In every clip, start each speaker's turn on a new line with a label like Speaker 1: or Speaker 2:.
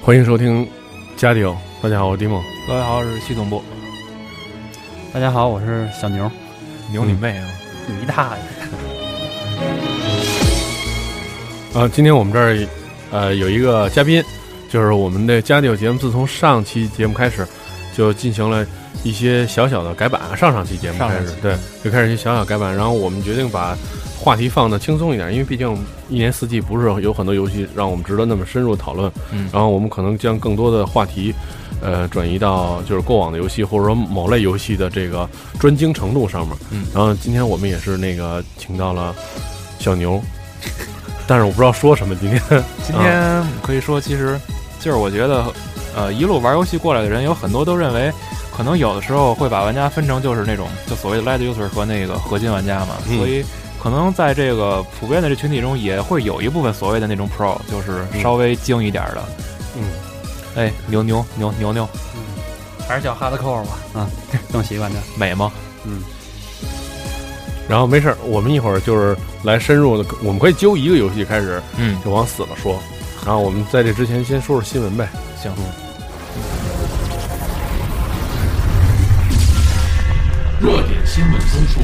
Speaker 1: 欢迎收听《家里有》，大家好，我是迪梦。
Speaker 2: 各位好，我是系统部。
Speaker 3: 大家好，我是小牛。
Speaker 2: 牛你妹啊！
Speaker 3: 你大爷！
Speaker 1: 啊，今天我们这儿呃有一个嘉宾，就是我们的《家里有》节目，自从上期节目开始，就进行了一些小小的改版。上上期节目
Speaker 2: 上
Speaker 1: 开
Speaker 2: 上
Speaker 1: 始
Speaker 2: 期，
Speaker 1: 对，就开始一些小小改版。然后我们决定把话题放的轻松一点，因为毕竟一年四季不是有很多游戏让我们值得那么深入讨论。
Speaker 2: 嗯
Speaker 1: 然后我们可能将更多的话题，呃，转移到就是过往的游戏或者说某类游戏的这个专精程度上面。
Speaker 2: 嗯
Speaker 1: 然后今天我们也是那个请到了小牛，但是我不知道说什么今天。
Speaker 2: 今天可以说，其实就是我觉得，呃，一路玩游戏过来的人，有很多都认为，可能有的时候会把玩家分成就是那种就所谓的 light user 和那个核心玩家嘛，
Speaker 1: 嗯
Speaker 2: 所以可能在这个普遍的这群体中，也会有一部分所谓的那种 pro，就是稍微精一点的。
Speaker 1: 嗯，
Speaker 2: 哎，牛牛牛牛牛，
Speaker 3: 还是叫哈德扣吧，啊，更习惯点。
Speaker 2: 美吗？
Speaker 1: 然后没事儿，我们一会儿就是来深入的，我们可以揪一个游戏开始
Speaker 2: 嗯，
Speaker 1: 就往死了说。然后我们在这之前先说说新闻呗。
Speaker 2: 行。
Speaker 4: 热点新闻综述。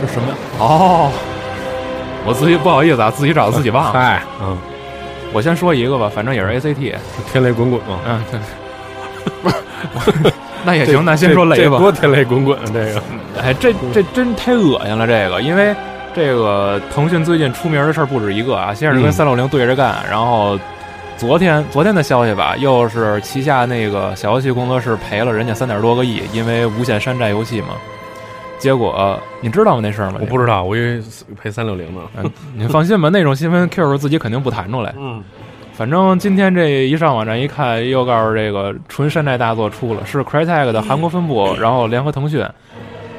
Speaker 2: 这什么？哦，我自己不好意思啊，自己找自己忘了。
Speaker 1: 嗨，嗯，
Speaker 2: 我先说一个吧，反正也是 ACT。
Speaker 1: 天雷滚滚嘛。
Speaker 2: 嗯， 对。那也行，那先
Speaker 1: 这
Speaker 2: 说雷
Speaker 1: 这
Speaker 2: 吧。
Speaker 1: 多天雷滚滚啊！这个，
Speaker 2: 哎， 这这真太恶心了，这个，因为这个腾讯最近出名的事儿不止一个啊，先是跟
Speaker 1: 嗯
Speaker 2: 三六零对着干，然后昨天昨天的消息吧，又是旗下那个小游戏工作室赔了人家三点多个亿，因为无限山寨游戏嘛。结果、你知道吗？那事儿吗？
Speaker 1: 我不知道，我以为赔三六零呢。
Speaker 2: 嗯，您放心吧，那种新闻 Q 是自己肯定不弹出来。
Speaker 1: 嗯，
Speaker 2: 反正今天这一上网站一看，又告诉这个纯山寨大作出了，是 Crytek 的韩国分部，然后联合腾讯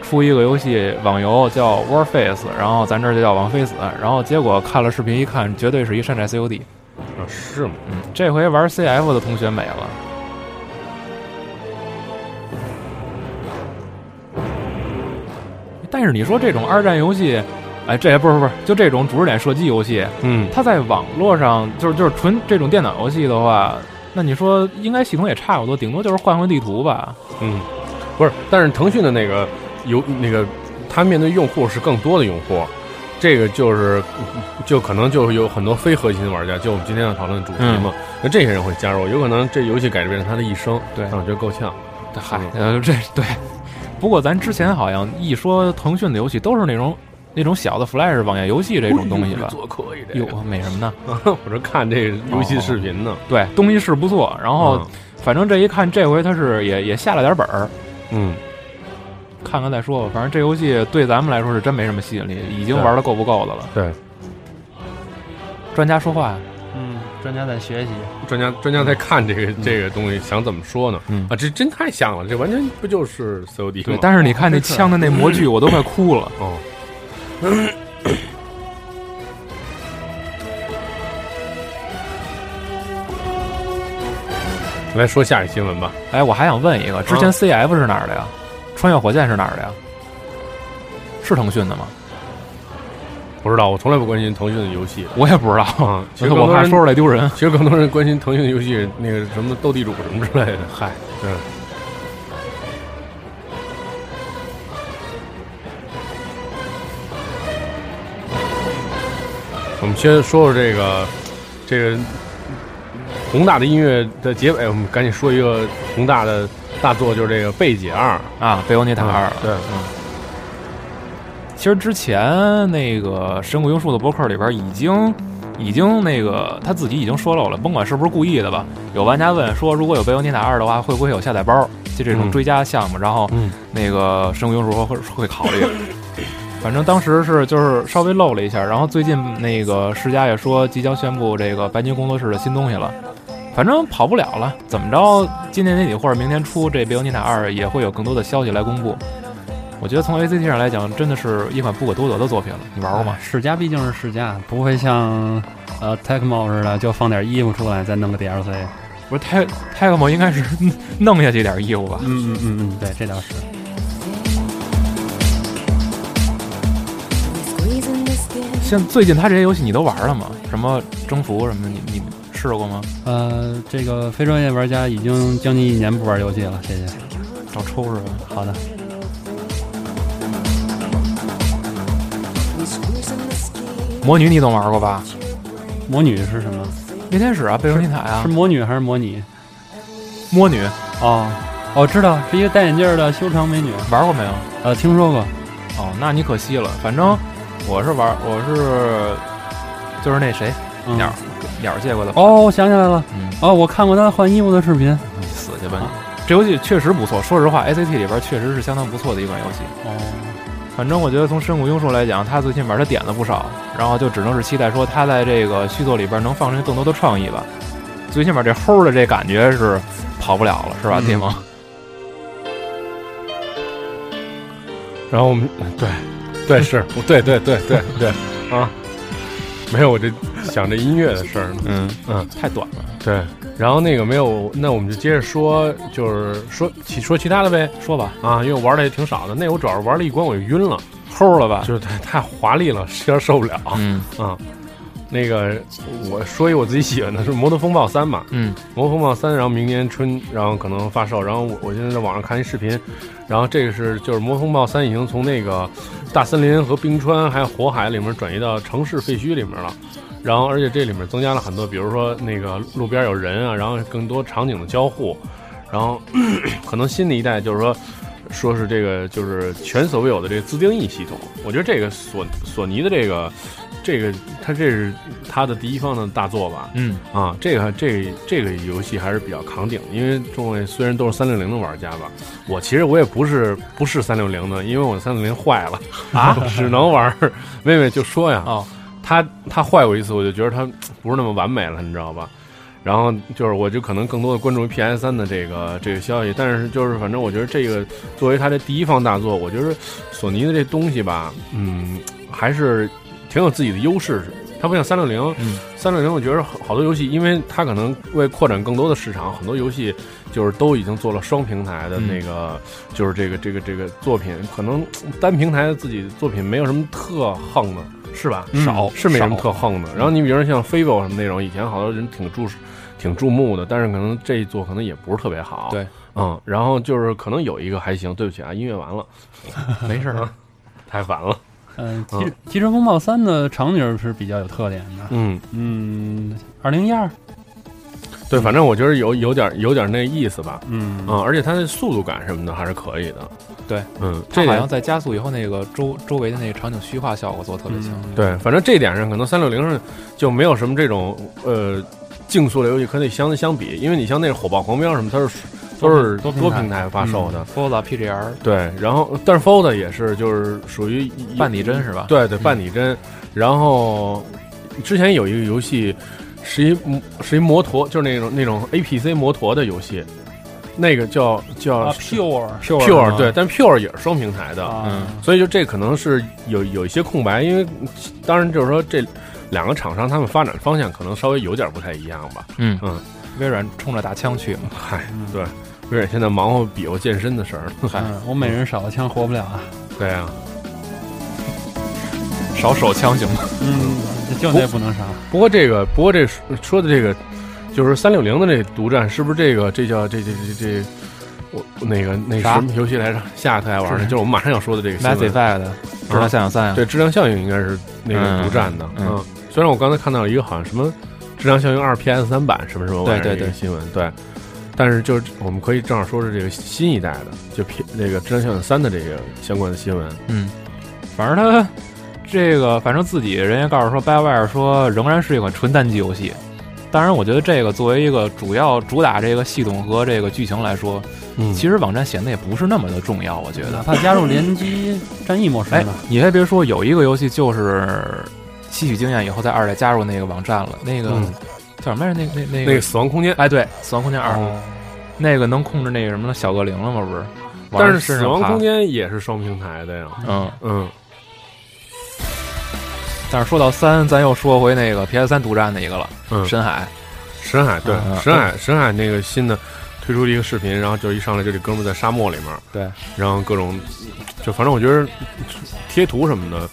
Speaker 2: 出一个游戏网游叫 Warface，然后咱这儿就叫王菲死。然后结果看了视频一看，绝对是一山寨 COD。
Speaker 1: 啊是吗？
Speaker 2: 嗯，这回玩 CF 的同学没了。但是你说这种二战游戏，哎，这也不是不是，就这种主视点射击游戏，
Speaker 1: 嗯，
Speaker 2: 它在网络上就是就是纯这种电脑游戏的话，那你说应该系统也差不多，顶多就是换换地图吧。
Speaker 1: 嗯，不是，但是腾讯的那个有那个，它面对用户是更多的用户，这个就是就可能就有很多非核心玩家，就我们今天要讨论的主题嘛，
Speaker 2: 嗯
Speaker 1: 那这些人会加入，有可能这游戏改变了他的一生，
Speaker 2: 对
Speaker 1: 那我觉得够呛。
Speaker 2: 嗨，呃，这对。不过咱之前好像一说腾讯的游戏，都是那种那种小的 Flash 网页游戏这种东西吧。
Speaker 1: 做可以
Speaker 2: 哟，美什么呢？
Speaker 1: 我这看这游戏视频呢，
Speaker 2: 对，东西是不错。然后，反正这一看，这回他是也也下了点本儿，
Speaker 1: 嗯，
Speaker 2: 看看再说吧。反正这游戏对咱们来说是真没什么吸引力，已经
Speaker 1: 对
Speaker 2: 玩的够不够的了。
Speaker 1: 对，
Speaker 2: 专家说话呀，
Speaker 3: 嗯，专家在学习。
Speaker 1: 专家专家在看这个这个东西，想怎么说呢？
Speaker 2: 嗯
Speaker 1: 啊，这真太像了，这完全不就是 COD
Speaker 2: 对哦
Speaker 1: 吗。？
Speaker 2: 但是你看那枪的那模具，我都快哭了。
Speaker 1: 哦，来说下一新闻吧。
Speaker 2: 哎，我还想问一个，之前 CF 是哪儿的呀？穿越火线是哪儿的呀？是腾讯的吗？
Speaker 1: 不知道，我从来不关心腾讯的游戏
Speaker 2: 我也不知道，
Speaker 1: 啊。其实
Speaker 2: 所以
Speaker 1: 更
Speaker 2: 我
Speaker 1: 多
Speaker 2: 怕
Speaker 1: 人
Speaker 2: 说出来丢人。
Speaker 1: 其实更多人关心腾讯的游戏，那个什么斗地主什么之类的。嗨，嗯。我们先说说这个，这个宏大的音乐的结尾，我们赶紧说一个宏大的大作，就是这个《贝姐二》
Speaker 2: 啊，贝欧尼塔二。
Speaker 1: 对，
Speaker 2: 其实之前那个神谷英树的博客里边已经。已经那个他自己已经说漏了，甭管是不是故意的吧。有玩家问说，如果有贝欧尼塔二的话，会不会有下载包？就这种
Speaker 1: 嗯
Speaker 2: 追加项目，然后
Speaker 1: 嗯
Speaker 2: 那个神谷英树会会考虑。反正当时是就是稍微漏了一下，然后最近那个世嘉也说即将宣布这个白金工作室的新东西了，反正跑不了了，怎么着今年年底或者明年初这《贝欧尼塔二》也会有更多的消息来公布。我觉得从 ACT 上来讲，真的是一款不可多得的作品了。你玩过吗？
Speaker 3: 世嘉毕竟是世嘉，不会像呃 Tecmo 似的就放点衣服出来，再弄个 DLC。
Speaker 2: 不是泰泰克 o 应该是弄下去点义务吧？
Speaker 3: 嗯嗯嗯嗯，对，这倒是。
Speaker 5: Squeezing the skin.
Speaker 2: 像最近他这些游戏你都玩了吗？什么征服什么的，你你试过吗？
Speaker 3: 呃，这个非专业玩家已经将近一年不玩游戏了，谢谢。
Speaker 2: 找抽是吧？
Speaker 3: 好的，
Speaker 5: We squeezing the skin.
Speaker 2: 魔女你总玩过吧？
Speaker 3: 魔女是什么？
Speaker 2: 猎天使啊，贝尔尼塔啊
Speaker 3: 是，魔女还是魔女？
Speaker 2: 魔女
Speaker 3: 哦，哦，知道，是一个戴眼镜儿的修长美女。
Speaker 2: 玩过没有？
Speaker 3: 呃，听说过。
Speaker 2: 哦，那你可惜了。反正我是玩，我是就是那谁
Speaker 3: 嗯、
Speaker 2: 鸟鸟借过的，
Speaker 3: 哦，我想起来了。
Speaker 2: 嗯
Speaker 3: 哦，我看过她换衣服的视频。
Speaker 2: 你死去吧你！啊这游戏确实不错，说实话，ACT 里边确实是相当不错的一款游戏。
Speaker 3: 哦，
Speaker 2: 反正我觉得从深谷庸树来讲，他最近玩的点子不少，然后就只能是期待说他在这个续作里边能放出更多的创意吧。最起码这齁的这感觉是跑不了了，是吧，
Speaker 3: 嗯
Speaker 2: 蒂蒙？
Speaker 1: 然后我们对对是，对对对对对啊， 没有我这想这音乐的事儿呢。
Speaker 2: 嗯
Speaker 1: 嗯，
Speaker 2: 太短了。
Speaker 1: 对，然后那个没有，那我们就接着说，就是说其说其他的呗
Speaker 2: 说吧，
Speaker 1: 啊，因为我玩的也挺少的。那我主要是玩了一关我就晕了，
Speaker 2: 齁了吧？
Speaker 1: 就是太太华丽了，有点受不了。
Speaker 2: 嗯
Speaker 1: 那个我说一我自己喜欢的是《摩登风暴三》嘛，
Speaker 2: 嗯
Speaker 1: 《魔风暴三》，然后明年春，然后可能发售。然后我我现在在网上看一视频，然后这个是就是《魔风暴三》已经从那个大森林和冰川还有火海里面转移到城市废墟里面了。然后而且这里面增加了很多，比如说那个路边有人啊，然后更多场景的交互，然后 咳咳可能新的一代就是说。说是这个就是前所未有的这个自定义系统，我觉得这个索索尼的这个这个，它这是它的第一方的大作吧，
Speaker 2: 嗯
Speaker 1: 啊，这个这个、这个游戏还是比较扛顶，因为众位虽然都是三六零的玩家吧，我其实我也不是不是三六零的，因为我三六零坏了啊， 只能玩儿。妹妹就说呀，
Speaker 2: 哦
Speaker 1: 他他坏过一次，我就觉得他不是那么完美了，你知道吧？然后就是，我就可能更多的关注于 PS 三的这个这个消息，但是就是反正我觉得这个作为它的第一方大作，我觉得索尼的这东西吧，嗯，还是挺有自己的优势，它不像三六零
Speaker 2: 嗯，
Speaker 1: 三六零我觉得好好多游戏，因为它可能为扩展更多的市场，很多游戏就是都已经做了双平台的
Speaker 2: 嗯
Speaker 1: 那个，就是这个这个这个作品，可能单平台的自己作品没有什么特横的，是吧？
Speaker 3: 嗯
Speaker 1: 少是没什么
Speaker 3: 少
Speaker 1: 特横
Speaker 2: 嗯
Speaker 1: 的。然后你比如说像 Fable 什么那种，以前好多人挺注视挺注目的，但是可能这一做可能也不是特别好。
Speaker 2: 对，
Speaker 1: 嗯，然后就是可能有一个还行，对不起啊，音乐完了，没事啊，太烦了。
Speaker 3: 嗯、呃，机机智风暴三的场景是比较有特点的。
Speaker 1: 嗯，
Speaker 3: 嗯，二零一二。
Speaker 1: 对，反正我觉得有有点有点那意思吧。
Speaker 3: 嗯
Speaker 1: 嗯，而且它的速度感什么的还是可以的。
Speaker 2: 对，
Speaker 1: 嗯，这
Speaker 2: 它好
Speaker 1: 点
Speaker 2: 像在加速以后，那个周周围的那个场景虚化效果做得特别强。
Speaker 3: 嗯
Speaker 1: 对，反正这点上可能三六零上就没有什么这种呃竞速类游戏可以相相比，因为你像那个火爆狂飙什么，它是都是
Speaker 2: 多平
Speaker 1: 多
Speaker 2: 台
Speaker 1: 平台发售的。
Speaker 2: FOLA PGR
Speaker 1: 对，然后但是 FOLD 也是就是属于一
Speaker 2: 半拟真是吧？嗯
Speaker 1: 对对，半拟真。然后之前有一个游戏是一摩是一摩托，就是那种那种 APC 摩托的游戏，那个叫叫
Speaker 2: 啊，Pure
Speaker 1: Pure, 对，但 Pure 也是双平台的，
Speaker 3: 啊
Speaker 2: 嗯
Speaker 1: 所以就这可能是有有一些空白，因为当然就是说这两个厂商他们发展方向可能稍微有点不太一样吧。
Speaker 2: 嗯
Speaker 1: 嗯，
Speaker 2: 微软冲着打枪去嘛。
Speaker 1: 嗨，
Speaker 3: 嗯
Speaker 1: 对，微软现在忙活比划健身的事儿呢。
Speaker 3: 嗯，我每人少了枪活不了啊。
Speaker 1: 对啊，
Speaker 2: 少手枪行吗？
Speaker 3: 嗯，就这不能少。
Speaker 1: 不过这个，不过这说的这个，就是三六零的这个独占，是不是这个这叫这这这这我那个那
Speaker 2: 啥
Speaker 1: 什么游戏来着？下特爱玩的，就是我们马上要说的这个
Speaker 2: m a
Speaker 1: 新
Speaker 2: s s
Speaker 1: 闻啊
Speaker 2: e f e c 的，知道下想三呀？
Speaker 1: 对质量效应应该是那个
Speaker 2: 嗯
Speaker 1: 独占的。
Speaker 2: 嗯，
Speaker 1: 虽然我刚才看到了一个好像什么质量效应二 PS 三版什么什么玩意儿的
Speaker 2: 对对
Speaker 1: 一个
Speaker 2: 对
Speaker 1: 新闻，对。但是就是我们可以正好说是这个新一代的，就 P 那个质量效应三的这个相关的新闻。
Speaker 2: 嗯，反正他这个，反正自己人家告诉说 b y w a r 说仍然是一款纯单机游戏。当然，我觉得这个作为一个主要主打这个系统和这个剧情来说，
Speaker 1: 嗯
Speaker 2: 其实网站显得也不是那么的重要，我觉
Speaker 3: 哪
Speaker 2: 得。
Speaker 3: 怕加入联机战役模式
Speaker 2: 哎
Speaker 3: 呢，，
Speaker 2: 你还别说，有一个游戏就是吸取经验以后，在二代加入那个网站了，那个、
Speaker 1: 嗯
Speaker 2: 叫什么来着？那那那
Speaker 1: 那个死亡空间，
Speaker 2: 哎，对，《死亡空间二》
Speaker 1: 哦
Speaker 2: 那个能控制那个什么小恶灵了吗？不是，往
Speaker 1: 但是
Speaker 2: 人身
Speaker 1: 死
Speaker 2: 上
Speaker 1: 亡
Speaker 2: 爬
Speaker 1: 空，间也是双平台的呀，
Speaker 2: 嗯。
Speaker 1: 嗯，
Speaker 2: 但是说到三，咱又说回那个 PS 三独占的一个了，
Speaker 1: 嗯
Speaker 2: 深海。
Speaker 1: 沈海对
Speaker 2: 嗯嗯
Speaker 1: 沈海沈海那个新的推出了一个视频，然后就一上来就这哥们儿在沙漠里面，
Speaker 2: 对，
Speaker 1: 然后各种就反正我觉得贴图什么的，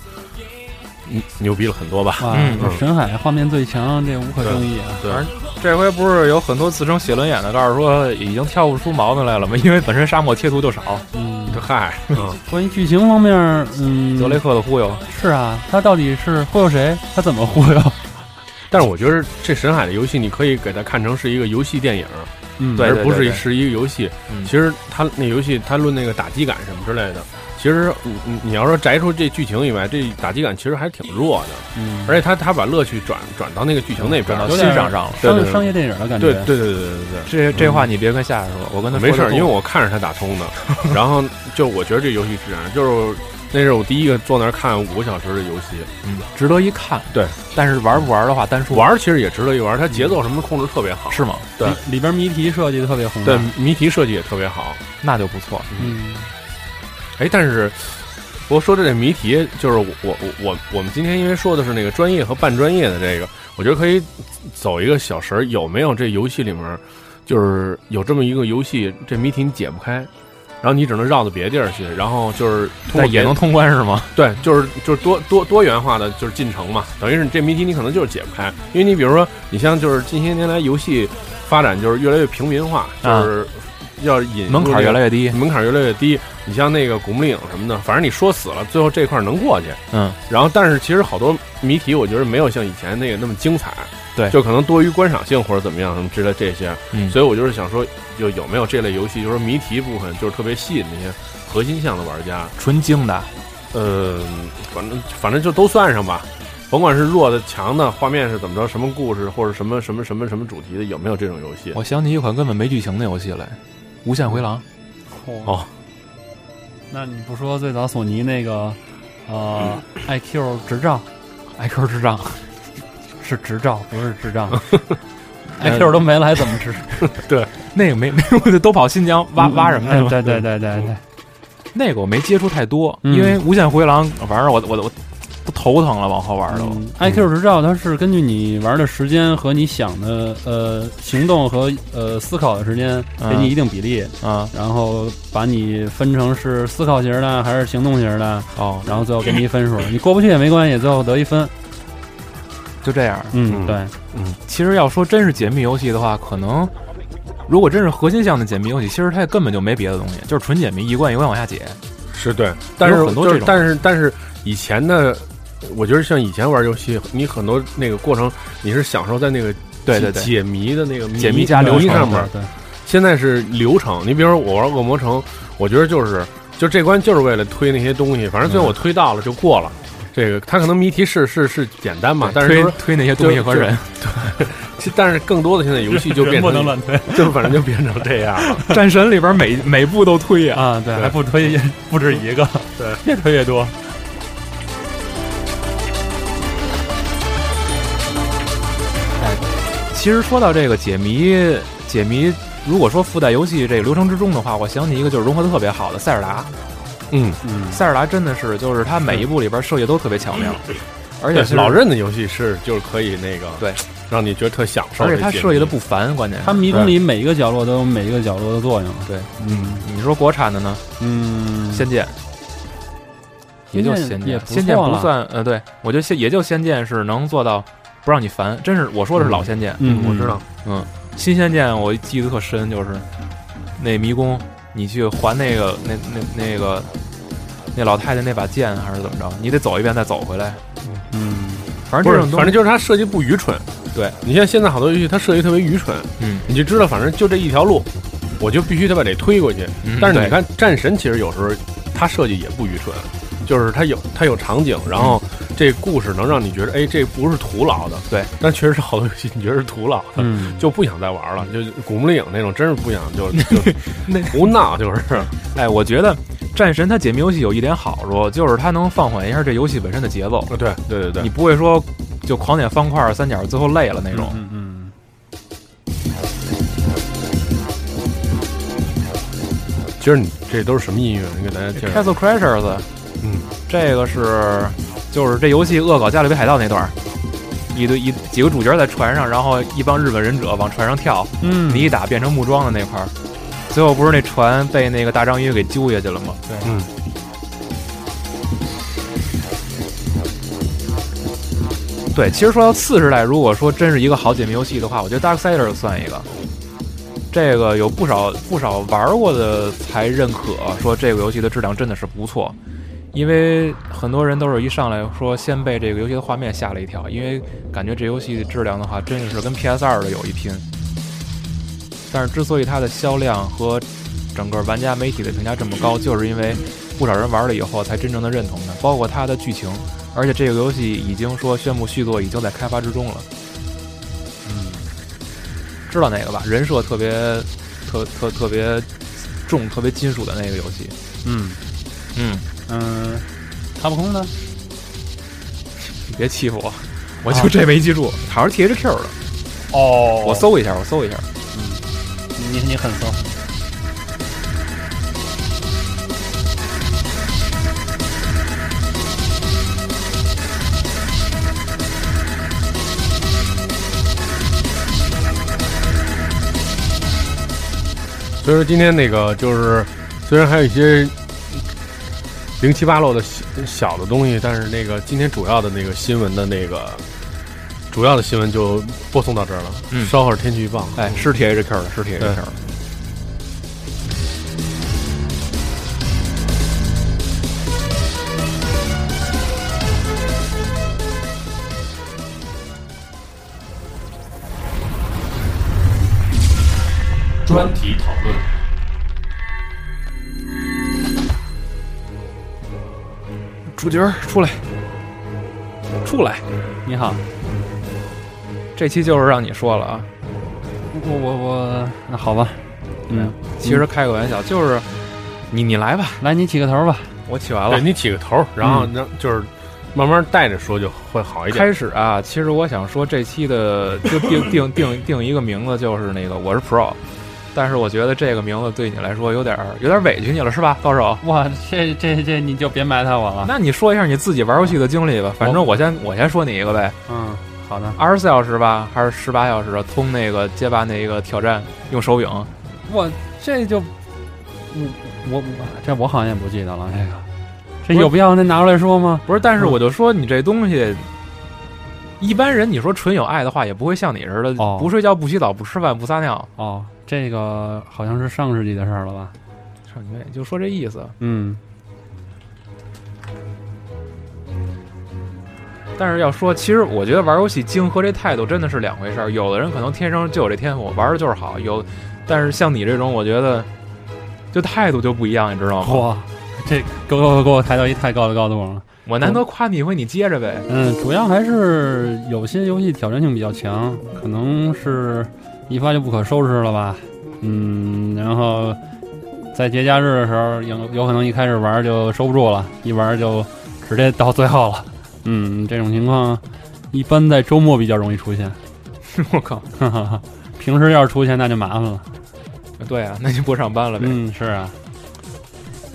Speaker 1: 嗯牛逼了很多吧。
Speaker 3: 哇，
Speaker 2: 嗯
Speaker 3: 这深海画面最强，这无可争议啊！
Speaker 1: 对
Speaker 2: 反，正这回不是有很多自称写轮眼的告诉说已经挑不出毛病来了吗？ 因为本身沙漠贴图就少，
Speaker 3: 嗯，
Speaker 1: 这嗨，嗯，
Speaker 3: 关于剧情方面，嗯，
Speaker 2: 德雷克的忽悠，
Speaker 3: 是啊，他到底是忽悠谁？他怎么忽悠？
Speaker 1: 但是我觉得这沈海的游戏，你可以给它看成是一个游戏电影，
Speaker 3: 嗯，
Speaker 2: 对
Speaker 1: 而不是是一个游戏。
Speaker 2: 嗯
Speaker 1: 其实它那游戏，它论那个打击感什么之类的，其实你你你要说摘出这剧情以外，这打击感其实还挺弱的。
Speaker 3: 嗯，
Speaker 1: 而且它它把乐趣转转到那个剧情那边
Speaker 2: 转
Speaker 1: 了，
Speaker 2: 到欣赏上了。
Speaker 1: 对对
Speaker 3: 商
Speaker 1: 对
Speaker 3: 商业电影的感觉。
Speaker 1: 对对对对对对对。
Speaker 2: 这这话你别跟夏夏说，我跟他说
Speaker 1: 没事
Speaker 2: 得
Speaker 1: 儿，
Speaker 2: 够
Speaker 1: 因为我看着他打通的，然后就我觉得这游戏是这样，就是那是我第一个坐那儿看五个小时的游戏，
Speaker 2: 嗯值得一看。
Speaker 1: 对，
Speaker 2: 但是玩不玩的话，单说
Speaker 1: 玩儿其实也值得一玩儿，它节奏什么的控制特别好，
Speaker 2: 是吗？
Speaker 1: 对
Speaker 3: 里里边谜题设计的特别宏大。
Speaker 1: 对，谜题设计也特别好，
Speaker 2: 那就不错。
Speaker 3: 嗯，
Speaker 1: 哎，但是不过说这这谜题，就是我我我我们今天因为说的是那个专业和半专业的这个，我觉得可以走一个小神儿，有没有这游戏里面儿就是有这么一个游戏，这谜题你解不开，然后你只能绕到别地儿去，然后就是通过
Speaker 2: 但也
Speaker 1: 别
Speaker 2: 能通关是吗？
Speaker 1: 对，就是就是多多多元化的就是进程嘛，等于是你这谜题你可能就是解不开，因为你比如说你像就是近些年来游戏发展就是越来越平民化，
Speaker 2: 啊
Speaker 1: 就是要引入
Speaker 2: 门槛
Speaker 1: 这
Speaker 2: 越
Speaker 1: 个
Speaker 2: 来越低。
Speaker 1: 门槛越来越低。你像那个古墓丽影什么的，反正你说死了，最后这块儿能过去。
Speaker 2: 嗯，
Speaker 1: 然后但是其实好多谜题，我觉得没有像以前那个那么精彩。
Speaker 2: 对
Speaker 1: 就可能多于观赏性或者怎么样什么之类这些。
Speaker 2: 嗯
Speaker 1: 所以我就是想说，就有没有这类游戏，就是说谜题部分就是特别吸引那些核心向的玩家。
Speaker 2: 纯精的，
Speaker 1: 呃，反正反正就都算上吧。甭管是弱的、强的，画面是怎么着，什么故事或者什么什么什么什么主题的，有没有这种游戏？
Speaker 2: 我想起一款根本没剧情的游戏来，《无限回廊
Speaker 1: 哦，
Speaker 3: 那你不说最早索尼那个呃
Speaker 2: 嗯
Speaker 3: IQ 执照》
Speaker 2: ，IQ 智障，
Speaker 3: 是执照，不是 智障。IQ 都没了，还怎么执？
Speaker 2: 那个没没， 我就都跑新疆挖挖什么
Speaker 3: 哎
Speaker 2: 的。
Speaker 3: 对对对对对，
Speaker 2: 那个我没接触太多，
Speaker 3: 嗯
Speaker 2: 因为《无限回廊》玩儿我我我都头疼了，往后 玩儿都。
Speaker 3: 嗯，IQ 执照它是根据你玩的时间和你想的呃行动和呃思考的时间
Speaker 2: 嗯
Speaker 3: 给你一定比例，
Speaker 2: 啊
Speaker 3: 然后把你分成是思考型的还是行动型的，
Speaker 2: 哦，
Speaker 3: 然后最后给你一分 数，你过不去也没关系，最后得一分。
Speaker 2: 就这样。
Speaker 3: 嗯，
Speaker 1: 嗯
Speaker 3: 对，
Speaker 2: 其实要说真是解密游戏的话，可能如果真是核心项的解密游戏，其实它根本就没别的东西，就是纯解密，一关一关往下解。
Speaker 1: 是对，但是
Speaker 2: 有很多
Speaker 1: 就
Speaker 2: 这
Speaker 1: 是
Speaker 2: 种
Speaker 1: 但是但是以前的，我觉得像以前玩游戏，你很多那个过程，你是享受在那个
Speaker 2: 对
Speaker 1: 解
Speaker 2: 对对
Speaker 1: 解谜的那个
Speaker 2: 解谜加
Speaker 1: 流
Speaker 2: 流
Speaker 1: 程上
Speaker 2: 程
Speaker 1: 面。
Speaker 3: 对，
Speaker 1: 现在是流程，你比如说我玩恶魔城，我觉得就是就这关就是为了推那些东西，反正
Speaker 2: 嗯
Speaker 1: 最后我推到了就过了。这个它可能谜题是是是简单嘛，但是就是
Speaker 2: 推推那些东西和人，
Speaker 1: 其 但是更多的现在游戏就变
Speaker 3: 人不
Speaker 1: 成
Speaker 3: 能乱推
Speaker 1: 就反正就变成这样了。
Speaker 2: 战神里边每每部都推啊。
Speaker 3: 啊，对，
Speaker 1: 对
Speaker 3: 还不推不止一个，
Speaker 1: 对，
Speaker 3: 越推越多。
Speaker 2: 哎其实说到这个解谜，解谜，如果说附带游戏这个流程之中的话，我想起一个就是融合的特别好的塞尔达，
Speaker 1: 嗯，
Speaker 3: 嗯，
Speaker 2: 塞尔达真的是就是它每一部里边设计都特别巧妙，
Speaker 1: 嗯
Speaker 2: 而且
Speaker 1: 对
Speaker 2: 是
Speaker 1: 老任的游戏是就是可以那个
Speaker 2: 对，
Speaker 1: 让你觉得特享受。
Speaker 2: 而且它
Speaker 1: 这解
Speaker 2: 设计的
Speaker 1: 谜
Speaker 2: 不凡，关键是
Speaker 3: 它迷宫里每一个角落都有每一个角落的作用。啊
Speaker 2: 你说国产的呢？
Speaker 3: 嗯，
Speaker 2: 仙剑，也就仙
Speaker 3: 也
Speaker 2: 剑，
Speaker 3: 不
Speaker 2: 仙剑
Speaker 3: 错
Speaker 2: 不
Speaker 3: 了
Speaker 2: 算呃，对我觉得仙也就仙剑是能做到不让你烦，真是我说的是老仙剑，
Speaker 3: 嗯，
Speaker 1: 我知道。
Speaker 2: 新仙剑我记得特深，就是那迷宫，你去还那个那那那个那老太太那把剑还是怎么着，你得走一遍再走回来，
Speaker 3: 嗯，
Speaker 2: 反正
Speaker 1: 不
Speaker 2: 这
Speaker 1: 是，
Speaker 2: 种东
Speaker 1: 反正
Speaker 2: 西，
Speaker 1: 就是它设计不愚蠢。
Speaker 2: 对
Speaker 1: 你像现在好多游戏，它设计特别愚蠢，
Speaker 2: 嗯
Speaker 1: 你就知道，反正就这一条路，我就必须得把这推过去。
Speaker 2: 嗯
Speaker 1: 但是
Speaker 2: 对
Speaker 1: 你看战神，其实有时候它设计也不愚蠢，就是它有它有场景，然后这故事能让你觉得，哎，这不是徒劳的。
Speaker 2: 嗯对，
Speaker 1: 但确实是好多游戏你觉得是徒劳的，
Speaker 3: 嗯
Speaker 1: 就不想再玩了。
Speaker 2: 嗯
Speaker 1: 就古墓丽影那种，真是不想 就就胡闹，就是
Speaker 2: 哎，我觉得战神它解密游戏有一点好处，就是它能放缓一下这游戏本身的节奏，
Speaker 1: 对哦对对对
Speaker 2: 你，不会说就狂点方块三角，最后累了那种。
Speaker 3: 嗯嗯，
Speaker 1: 今儿你这都是什么音乐？你给大家介绍
Speaker 2: Castle Crashers，
Speaker 1: 嗯，
Speaker 2: 这个是就是这游戏恶搞加勒比海盗那段儿，一堆一几个主角在船上，然后一帮日本忍者往船上跳，
Speaker 3: 嗯
Speaker 2: 你一打变成木桩的那块儿，最后不是那船被那个大章鱼给揪下去了吗？对，
Speaker 1: 嗯。
Speaker 2: 对，其实说到次世代，如果说真是一个好解密游戏的话，我觉得 Darksider 算一个。这个有不少不少玩过的才认可，说这个游戏的质量真的是不错。因为很多人都是一上来说先被这个游戏的画面吓了一跳，因为感觉这游戏质量的话，真是跟 PS 二的有一拼。但是之所以它的销量和整个玩家媒体的评价这么高，就是因为不少人玩了以后才真正的认同它，包括它的剧情。而且这个游戏已经说宣布续作，已经在开发之中了。嗯，知道那个吧？人设特别、特特特别重、特别金属的那个游戏。
Speaker 3: 嗯
Speaker 2: 嗯，
Speaker 3: 嗯，卡普空呢？
Speaker 2: 你别欺负我，我就这没记住，好像是 THQ 的。
Speaker 3: 哦
Speaker 2: 我搜一下，我搜一下。
Speaker 3: 你你很骚。
Speaker 1: 所以说今天那个就是，虽然还有一些零七八落的小小的东西，但是那个今天主要的那个新闻的那个主要的新闻就播送到这儿了。
Speaker 2: 嗯
Speaker 1: 稍后是天气预报。
Speaker 2: 哎，是 THQ 的，是 THQ 的。
Speaker 4: 专题讨论。
Speaker 2: 主角儿出来，出来！
Speaker 3: 你好，
Speaker 2: 这期就是让你说了啊。
Speaker 3: 我我我，那好吧，嗯，
Speaker 2: 其实开个玩笑，就是你你来吧，
Speaker 3: 来你起个头吧。
Speaker 2: 我起完了
Speaker 1: 对。你起个头，然
Speaker 2: 嗯
Speaker 1: 后让、就是慢慢带着说就会好一点。
Speaker 2: 开始啊，其实我想说这期的就定定定定一个名字，就是那个我是 Pro，但是我觉得这个名字对你来说有点儿有点委屈你了，是吧，高手？
Speaker 3: 哇，这这这你就别埋汰我了。
Speaker 2: 那你说一下你自己玩游戏的经历吧，反正我先我先说你一个呗，
Speaker 3: 嗯，好的。
Speaker 2: 二十四小时吧，还是十八小时啊通那个街霸那个挑战，用手柄，
Speaker 3: 我这就，我我这我好像也不记得了。这个，这有必要再拿出来说吗？
Speaker 2: 不是？但是我就说你这东西，一般人你说纯有爱的话，也不会像你似的，
Speaker 3: 哦
Speaker 2: 不睡觉、不洗澡、不吃饭、不撒尿，
Speaker 3: 哦，这个好像是上世纪的事儿了吧？
Speaker 2: 上你也就说这意思。
Speaker 3: 嗯，
Speaker 2: 但是要说，其实我觉得玩游戏精和这态度真的是两回事儿。有的人可能天生就有这天赋，玩的就是好；有，但是像你这种，我觉得就态度就不一样，你知道吗？
Speaker 3: 嚯，这给我给我抬到一太高的高度了。
Speaker 2: 我难得夸你一回，你接着呗。
Speaker 3: 嗯，主要还是有些游戏挑战性比较强，可能是一发就不可收拾了吧。嗯，然后在节假日的时候，有有可能一开始玩就收不住了，一玩就直接到最后了。嗯，这种情况一般在周末比较容易出现，
Speaker 2: 我靠，
Speaker 3: 哈哈哈。平时要是出现那就麻烦了。
Speaker 2: 对啊， 那就不上班了呗。
Speaker 3: 嗯，是啊，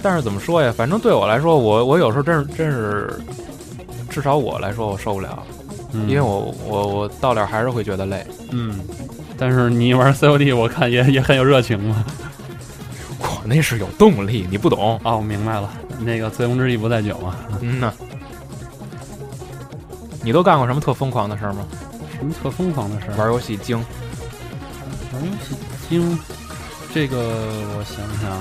Speaker 2: 但是怎么说呀？反正对我来说，我我有时候真是真是，至少我来说我受不了，
Speaker 3: 嗯、
Speaker 2: 因为我我我到点儿还是会觉得累。
Speaker 3: 嗯，但是你玩 COD 我看也也很有热情嘛。
Speaker 2: 我那是有动力，你不懂。
Speaker 3: 哦，我明白了，那个醉翁之意不在酒啊嘛。
Speaker 2: 嗯呐，你都干过什么特疯狂的事儿吗？
Speaker 3: 什么特疯狂的事儿？
Speaker 2: 玩游戏精。
Speaker 3: 玩游戏精，这个我想想，啊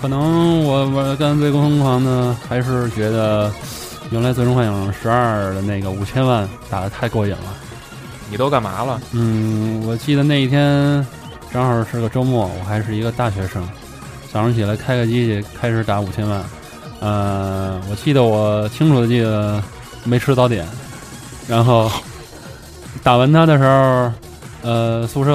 Speaker 3: 可能我玩干最疯狂的还是觉得原来《最终幻想十二》的那个五千万打的太过瘾了。
Speaker 2: 你都干嘛了？
Speaker 3: 嗯，我记得那一天正好是个周末，我还是一个大学生，早上起来开个机器开始打五千万，呃，我记得我清楚的记得没吃早点，然后打完他的时候，呃，宿舍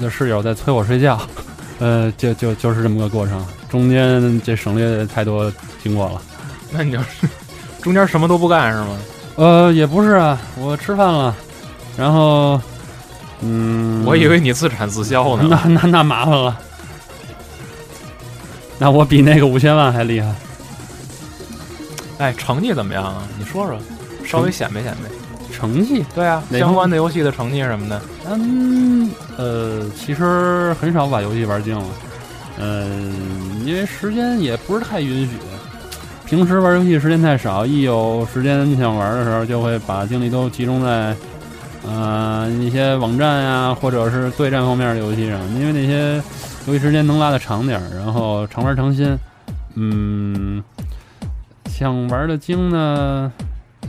Speaker 3: 的室友在催我睡觉， 呃，就就就是这么个过程，中间这省略太多经过了。
Speaker 2: 那你就是中间什么都不干是吗？
Speaker 3: 呃，也不是啊，我吃饭了，然后，嗯，
Speaker 2: 我以为你自产自销呢。
Speaker 3: 那那那麻烦了，那我比那个五千万还厉害。
Speaker 2: 哎，成绩怎么样啊？你说说，稍微显摆显摆。
Speaker 3: 成绩，
Speaker 2: 对啊，
Speaker 3: 哪
Speaker 2: 相
Speaker 3: 方
Speaker 2: 关的游戏的成绩什么的，
Speaker 3: 嗯，呃，其实很少把游戏玩尽了，嗯、因为时间也不是太允许。平时玩游戏时间太少，一有时间想玩的时候，就会把精力都集中在，呃，一些网站啊，或者是对战方面的游戏上，因为那些游戏时间能拉的长点儿，然后常玩常新。嗯，想玩的精呢，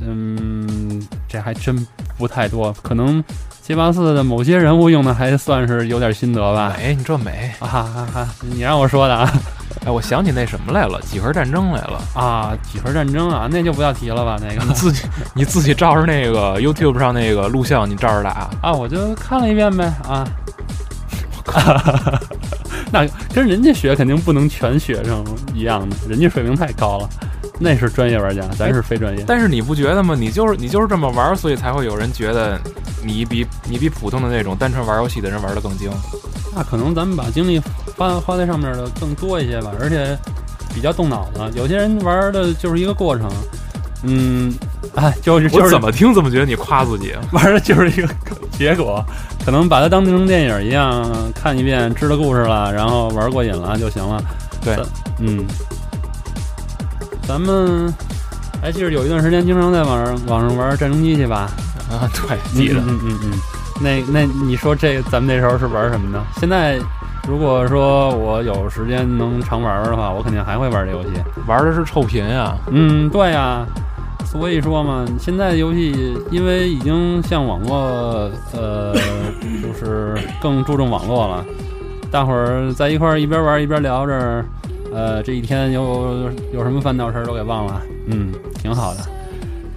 Speaker 3: 嗯，这还真不太多，可能街霸四的某些人物用的还算是有点心得吧。
Speaker 2: 哎美，你这美，
Speaker 3: 啊哈哈哈！你让我说的啊
Speaker 2: 哎，我想起那什么来了，几何战争来 了。
Speaker 3: 啊，几何战争啊，那就不要提了吧，那
Speaker 2: 你
Speaker 3: 个
Speaker 2: 自己你自己照着那个 YouTube 上那个录像，你照着打。
Speaker 3: 啊，我就看了一遍呗 啊。那跟人家学肯定不能全学生一样的，人家水平太高了，那是专业玩家，咱是非专业。
Speaker 2: 但是你不觉得吗？你就是你就是这么玩儿，所以才会有人觉得你比你比普通的那种单纯玩游戏的人玩的更精。
Speaker 3: 那可能咱们把精力花花在上面的更多一些吧，而且比较动脑子。有些人玩的就是一个过程，嗯，哎，就是就
Speaker 2: 我
Speaker 3: 是
Speaker 2: 怎么听怎么觉得你夸自己。啊
Speaker 3: 玩的就是一个结果，可能把它当成电影一样看一遍，知道故事了，然后玩过瘾了就行了。
Speaker 2: 对
Speaker 3: 咱，嗯，咱们还记得有一段时间经常在网上网上玩战争机去吧？
Speaker 2: 啊，对，记得。
Speaker 3: 嗯嗯嗯嗯。那那你说这咱们那时候是玩什么呢？现在如果说我有时间能常玩的话，我肯定还会玩这游戏。
Speaker 2: 玩的是臭贫啊，
Speaker 3: 嗯，对呀、所以说嘛，现在游戏因为已经向网络， 呃，就是更注重网络了。大伙儿在一块儿一边玩儿一边聊着，呃，这一天有有什么烦恼事儿都给忘了，嗯，挺好的。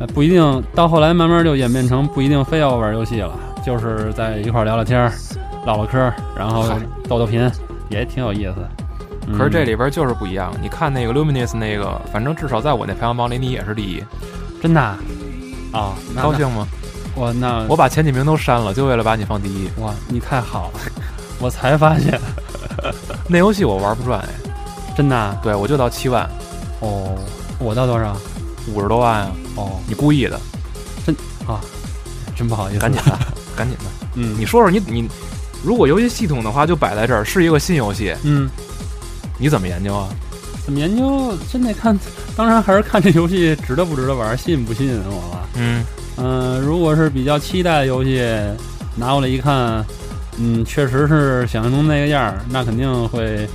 Speaker 3: 呃，不一定到后来慢慢就演变成不一定非要玩游戏了，就是在一块儿聊聊天儿、唠唠嗑儿，然后
Speaker 2: 嗨
Speaker 3: 逗逗贫，也挺有意思。嗯
Speaker 2: 可是这里边就是不一样。你看那个 Luminous 那个，反正至少在我那排行榜里，你也是第一，
Speaker 3: 真的啊，哦那
Speaker 2: 高兴吗？
Speaker 3: 那我那
Speaker 2: 我把前几名都删了，就为了把你放第一。
Speaker 3: 哇，你太好了！我才发现，
Speaker 2: 那游戏我玩不转，哎，
Speaker 3: 真的啊
Speaker 2: 对我就到七万，
Speaker 3: 哦，我到多少？
Speaker 2: 五十多万啊，
Speaker 3: 哦，
Speaker 2: 你故 意的，
Speaker 3: 真不好意思，
Speaker 2: 赶紧 的，赶紧的。
Speaker 3: 嗯，
Speaker 2: 你说说你你，如果游戏系统的话就摆在这儿，是一个新游戏，
Speaker 3: 嗯，
Speaker 2: 你怎么研究啊？
Speaker 3: 怎么研究？真得看，当然还是看这游戏值得不值得玩，吸引不吸引我了。
Speaker 2: 嗯，
Speaker 3: 嗯、如果是比较期待的游戏，拿过来一看，嗯，确实是想象中那个样儿，那肯定会，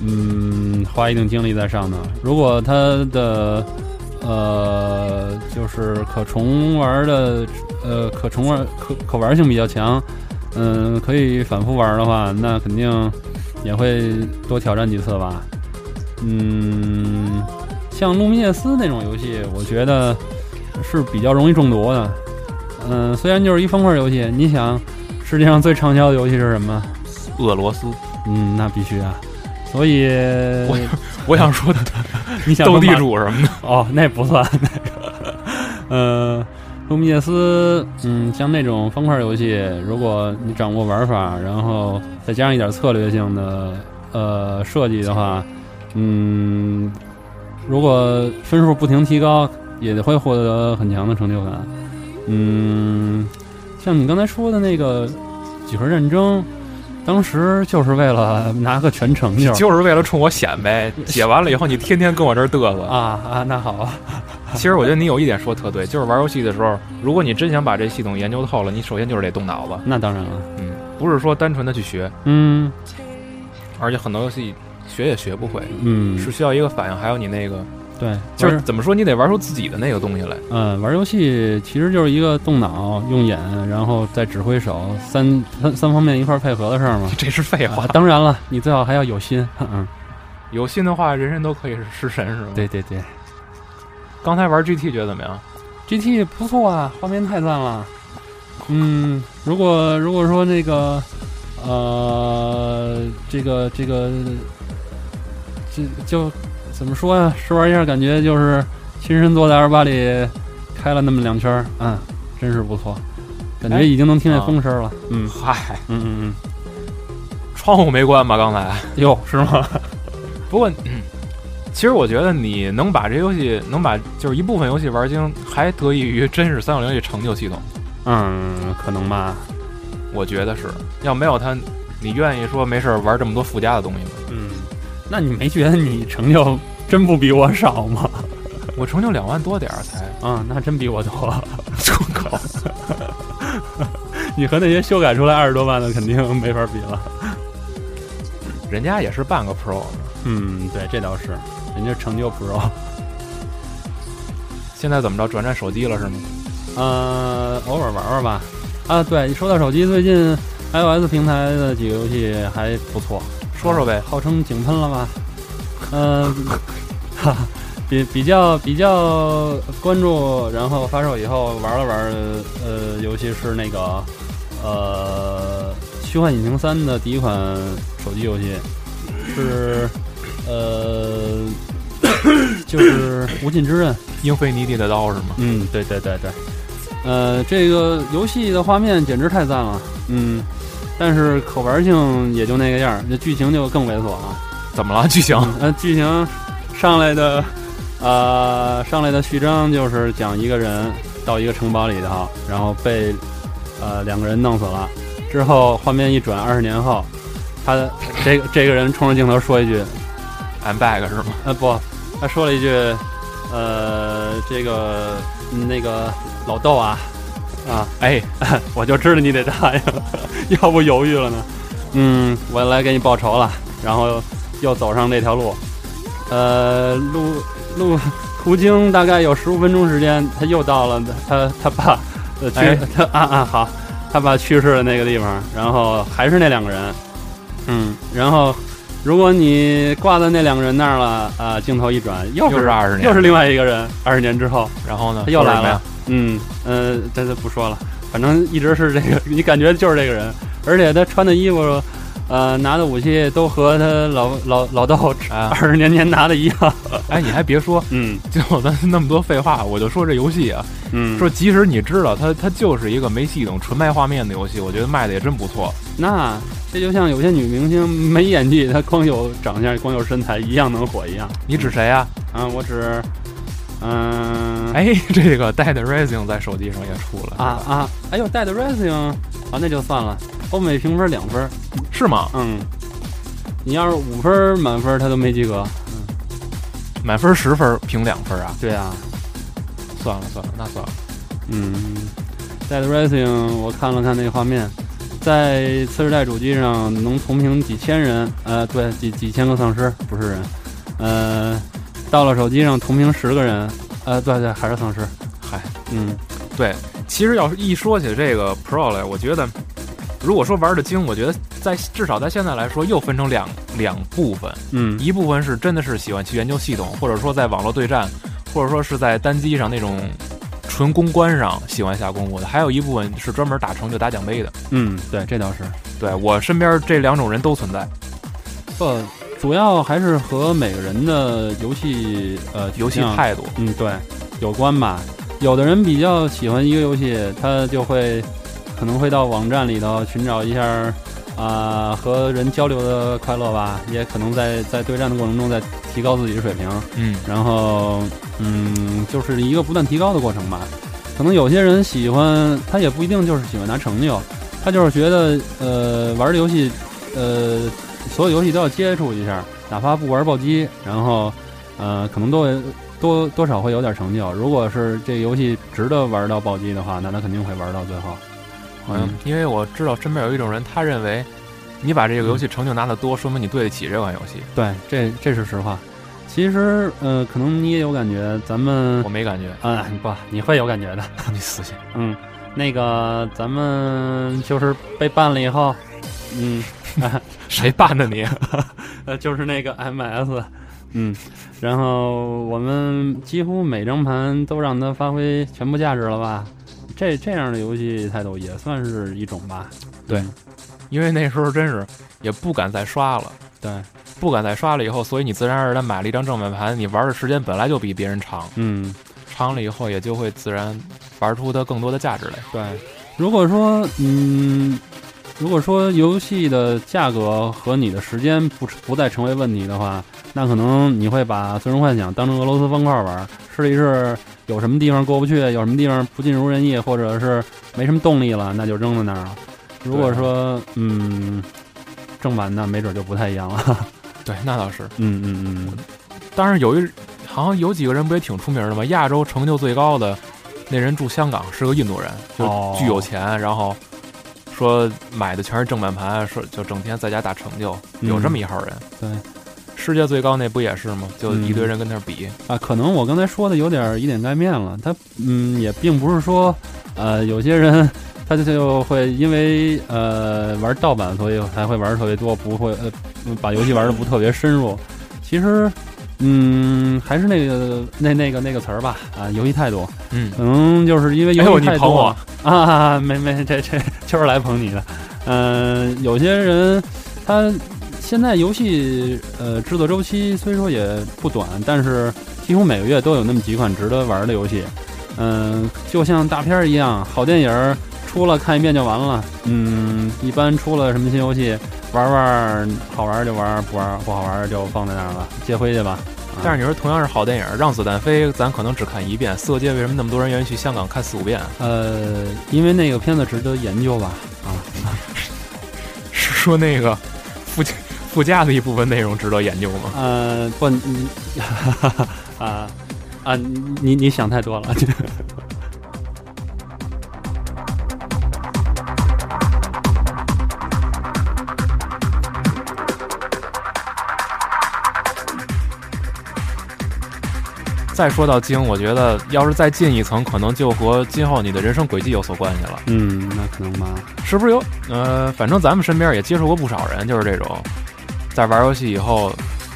Speaker 3: 嗯，花一定精力在上头。如果它的呃，就是可重玩的，呃，可重玩可可玩性比较强，嗯、可以反复玩的话，那肯定也会多挑战几次吧。嗯，像路密涅斯那种游戏，我觉得。是比较容易中毒的。嗯、虽然就是一方块游戏，你想世界上最畅销的游戏是什么？
Speaker 2: 俄罗 斯，
Speaker 3: 嗯，那必须啊。所以
Speaker 2: 我我想说
Speaker 3: 你想
Speaker 2: 斗地
Speaker 3: 说马
Speaker 2: 主什么的，
Speaker 3: 哦，那不算那个。呃，路密涅斯，嗯，像那种方块游戏，如果你掌握玩法，然后再加上一点策略性的呃设计的话，嗯，如果分数不停提高，也会获得很强的成就感。嗯，像你刚才说的那个几何战争，当时就是为了拿个全成 就。
Speaker 2: 就是为了冲我显呗。写完了以后，你天天跟我这儿嘚瑟
Speaker 3: 啊。啊，那好啊，
Speaker 2: 其实我觉得你有一点说得特对，就是玩游戏的时候，如果你真想把这系统研究透了，你首先就是得动脑子，
Speaker 3: 那当然了，
Speaker 2: 嗯，不是说单纯的去学，
Speaker 3: 嗯
Speaker 2: 而且很多游戏学也学不会，
Speaker 3: 嗯，
Speaker 2: 是需要一个反应，还有你那个
Speaker 3: 对，
Speaker 2: 就
Speaker 3: 玩
Speaker 2: 是怎么说，你得玩出自己的那个东西来。
Speaker 3: 呃，玩游戏其实就是一个动脑、用眼，然后再指挥手三三三方面一块儿配合的事儿嘛。
Speaker 2: 这是废话
Speaker 3: 啊，，当然了，你最好还要有心。嗯，
Speaker 2: 有心的话，人人都可以是神，是吗？。
Speaker 3: 对对对
Speaker 2: 刚才玩 GT 觉得怎么样？
Speaker 3: ，GT 不错啊，画面太赞了。嗯，如果如果说那个呃，这个这个这就怎么说呀、啊试玩一下，感觉就是亲身坐在 R 八里开了那么两圈儿，嗯，真是不错，感
Speaker 2: 哎
Speaker 3: 觉已经能听见
Speaker 2: 啊
Speaker 3: 风声了。嗯
Speaker 2: 嗨，
Speaker 3: 嗯嗯
Speaker 2: 窗户没关吧？刚才。
Speaker 3: 嗯，哟，是吗？
Speaker 2: 不过，嗯其实我觉得你能把这游戏能把就是一部分游戏玩精，还得益于真是三六零这成就系统。
Speaker 3: 嗯，可能吧。
Speaker 2: 我觉得是要没有它，你愿意说没事儿玩这么多附加的东西吗？
Speaker 3: 嗯，那你没觉得你成就真不比我少吗？
Speaker 2: 我成就两万多点儿才，
Speaker 3: 啊，那真比我多， 出口。 你和那些修改出来二十多万的肯定没法比了。
Speaker 2: 人家也是半个 Pro 呢。
Speaker 3: 嗯，对，这倒是，人家成就 Pro。
Speaker 2: 现在怎么着转战手机了是吗？
Speaker 3: 呃，偶尔玩玩吧。啊，对，说到手机，最近 iOS 平台的几个游戏还不错，
Speaker 2: 说说呗。
Speaker 3: 号称井喷了吧？嗯、哈， 比比较比较关注，然后发售以后玩了玩，呃，尤其是那个呃《虚幻引擎三》的第一款手机游戏，是呃 就是《无尽之刃》。
Speaker 2: 英菲尼迪的刀是吗？
Speaker 3: 嗯，对对对对，呃，这个游戏的画面简直太赞了，嗯，但是可玩性也就那个样儿，这剧情就更猥琐了。
Speaker 2: 怎么了？剧 情？
Speaker 3: 呃，剧情上来的，呃，上来的序章就是讲一个人到一个城堡里头，然后被呃两个人弄死了。之后画面一转，二十年后，他的这个这个人冲着镜头说一句
Speaker 2: I'm back 是吗？
Speaker 3: 呃，不，他说了一句，呃，这个嗯那个老豆啊，啊，哎， 我就知道你得答应， 要不犹豫了呢。嗯，我来给你报仇了，然后又走上这条路，呃，路路途经大概有十五分钟时间，他又到了他他爸的去、
Speaker 2: 哎
Speaker 3: 他啊啊好，他爸去世的那个地方，然后还是那两个人，嗯，然后如果你挂在那两个人那儿了，啊、镜头一转，又
Speaker 2: 又是20年
Speaker 3: 又是另外一个人，二十年之后，
Speaker 2: 然后呢？
Speaker 3: 他又
Speaker 2: 说什
Speaker 3: 来
Speaker 2: 么呀
Speaker 3: 了。。嗯，呃，这就不说了，反正一直是这个，你感觉就是这个人，而且他穿的衣服，呃，拿的武器都和他老老老豆
Speaker 2: 啊，
Speaker 3: 二十年前拿的一样。
Speaker 2: 哎，你还别说，
Speaker 3: 嗯
Speaker 2: 就咱那么多废话，我就说这游戏啊，
Speaker 3: 嗯，
Speaker 2: 说即使你知道它，它就是一个没系统、纯卖画面的游戏，我觉得卖的也真不错。
Speaker 3: 那这就像有些女明星没演技，她光有长相、光有身材一样能火一样。
Speaker 2: 你指谁啊？
Speaker 3: 啊，我只，嗯、
Speaker 2: 哎，这个 Dead Rising 在手机上也出了
Speaker 3: 啊啊，哎呦，带的 Rising 啊，那就算了，欧美评分两分，
Speaker 2: 是吗？
Speaker 3: 嗯，你要是五分满分，他都没及格。
Speaker 2: 满分十分评两分啊？
Speaker 3: 对啊，
Speaker 2: 算了算了，那算了。
Speaker 3: 嗯，Dead Rising 我看了看那个画面，在次世代主机上能同屏几千人，呃，对，几几千个丧尸不是人，呃，到了手机上同屏十个人，呃，对对，还是丧尸，
Speaker 2: 嗨，
Speaker 3: 嗯
Speaker 2: 其实要是一说起这个 Pro 来，我觉得，如果说玩的精，我觉得在至少在现在来说，又分成两两部分，
Speaker 3: 嗯
Speaker 2: 一部分是真的是喜欢去研究系统，或者说在网络对战，或者说是在单机上那种纯公关上喜欢下功夫的，还有一部分是专门打成就打奖杯的。
Speaker 3: 嗯，对，这倒是，
Speaker 2: 对我身边这两种人都存在，
Speaker 3: 不，主要还是和每个人的游戏呃
Speaker 2: 游戏
Speaker 3: 取向
Speaker 2: 态度
Speaker 3: 嗯，对，有关吧。有的人比较喜欢一个游戏，他就会可能会到网站里头寻找一下儿啊、和人交流的快乐吧，也可能在在对战的过程中在提高自己的水平，
Speaker 2: 嗯，
Speaker 3: 然后嗯，就是一个不断提高的过程吧。可能有些人喜欢，他也不一定就是喜欢拿成就，他就是觉得呃玩儿的游戏呃所有游戏都要接触一下，哪怕不玩暴击，然后呃可能都会多多少会有点成就。如果是这游戏值得玩到暴击的话，那他肯定会玩到最后。嗯
Speaker 2: 好像、因为我知道身边有一种人，他认为你把这个游戏成就拿得多，说明你对得起这款游戏。
Speaker 3: 对，这这是实话。其实呃，可能你也有感觉，咱们
Speaker 2: 我没感觉，
Speaker 3: 啊、不，你会有感觉的。
Speaker 2: 嗯 你死心。
Speaker 3: 嗯，那个咱们就是被办了以后，嗯，
Speaker 2: 谁办的你？
Speaker 3: 呃，就是那个 MS，嗯， 然后我们几乎每张盘都让它发挥全部价值了吧？这这样的游戏态度也算是一种吧？
Speaker 2: 对因为那时候真是也不敢再刷了，
Speaker 3: 对，
Speaker 2: 不敢再刷了以后，所以你自然而然买了一张正版盘，你玩的时间本来就比别人长，
Speaker 3: 嗯，
Speaker 2: 长了以后也就会自然玩出它更多的价值来。
Speaker 3: 对。如果说，嗯，如果说游戏的价格和你的时间不不再成为问题的话，那可能你会把《最终幻想》当成俄罗斯方块玩，试一试有什么地方过不去，有什么地方不尽如人意，或者是没什么动力了，那就扔在那儿了。如果说，嗯，正版那没准就不太一样了。
Speaker 2: 对，那倒是。
Speaker 3: 嗯嗯嗯，
Speaker 2: 当然有一，好像有几个人不也挺出名的吗？亚洲成就最高的那人住香港，是个印度人，
Speaker 3: 哦
Speaker 2: 就巨有钱，然后说买的全是正版盘，说就整天在家打成就，有
Speaker 3: 嗯
Speaker 2: 这么一号人。
Speaker 3: 对，
Speaker 2: 世界最高那不也是吗？就一堆
Speaker 3: 嗯
Speaker 2: 人跟那儿比，
Speaker 3: 啊，可能我刚才说的有点儿以点盖面了。他嗯，也并不是说，呃，有些人他就就会因为呃玩盗版，所以才会玩的特别多，不会呃把游戏玩的不特别深入。其实，嗯，还是那个那那个那个词儿吧，啊，游戏态度，
Speaker 2: 嗯
Speaker 3: 可能就是因为
Speaker 2: 哎呦
Speaker 3: 游戏
Speaker 2: 你
Speaker 3: 态度、
Speaker 2: 捧我
Speaker 3: 啊，没没，这这就是来捧你的。嗯、有些人他现在游戏呃制作周期虽说也不短，但是几乎每个月都有那么几款值得玩的游戏。嗯、就像大片儿一样，好电影儿出了看一遍就完了。嗯，一般出了什么新游戏，玩玩好玩就玩，不玩不好玩就放在那儿了，接灰去吧。
Speaker 2: 但是你说同样是好电影，《让子弹飞》咱可能只看一遍，《色戒》为什么那么多人愿意去香港看四五遍？啊
Speaker 3: 呃，因为那个片子值得研究吧。
Speaker 2: 是说那个附加附加的一部分内容值得研究吗？
Speaker 3: 呃，不，你 啊啊，你你想太多了。
Speaker 2: 再说到精，我觉得要是再进一层，可能就和今后你的人生轨迹有所关系了。
Speaker 3: 嗯，那可能吧。
Speaker 2: 是不是有？呃，反正咱们身边也接触过不少人，就是这种，在玩游戏以后，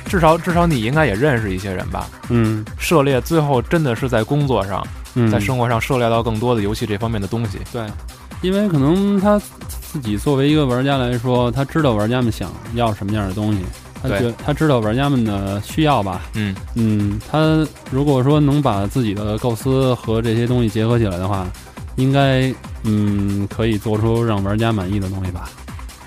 Speaker 2: 至少至少你应该也认识一些人吧。
Speaker 3: 嗯
Speaker 2: 涉猎最后真的是在工作上，
Speaker 3: 嗯，
Speaker 2: 在生活上涉猎到更多的游戏这方面的东西。
Speaker 3: 对，因为可能他自己作为一个玩家来说，他知道玩家们想要什么样的东西，他
Speaker 2: 对
Speaker 3: 觉他知道玩家们的需要吧。
Speaker 2: 嗯
Speaker 3: 嗯，他如果说能把自己的构思和这些东西结合起来的话，应该嗯可以做出让玩家满意的东西吧。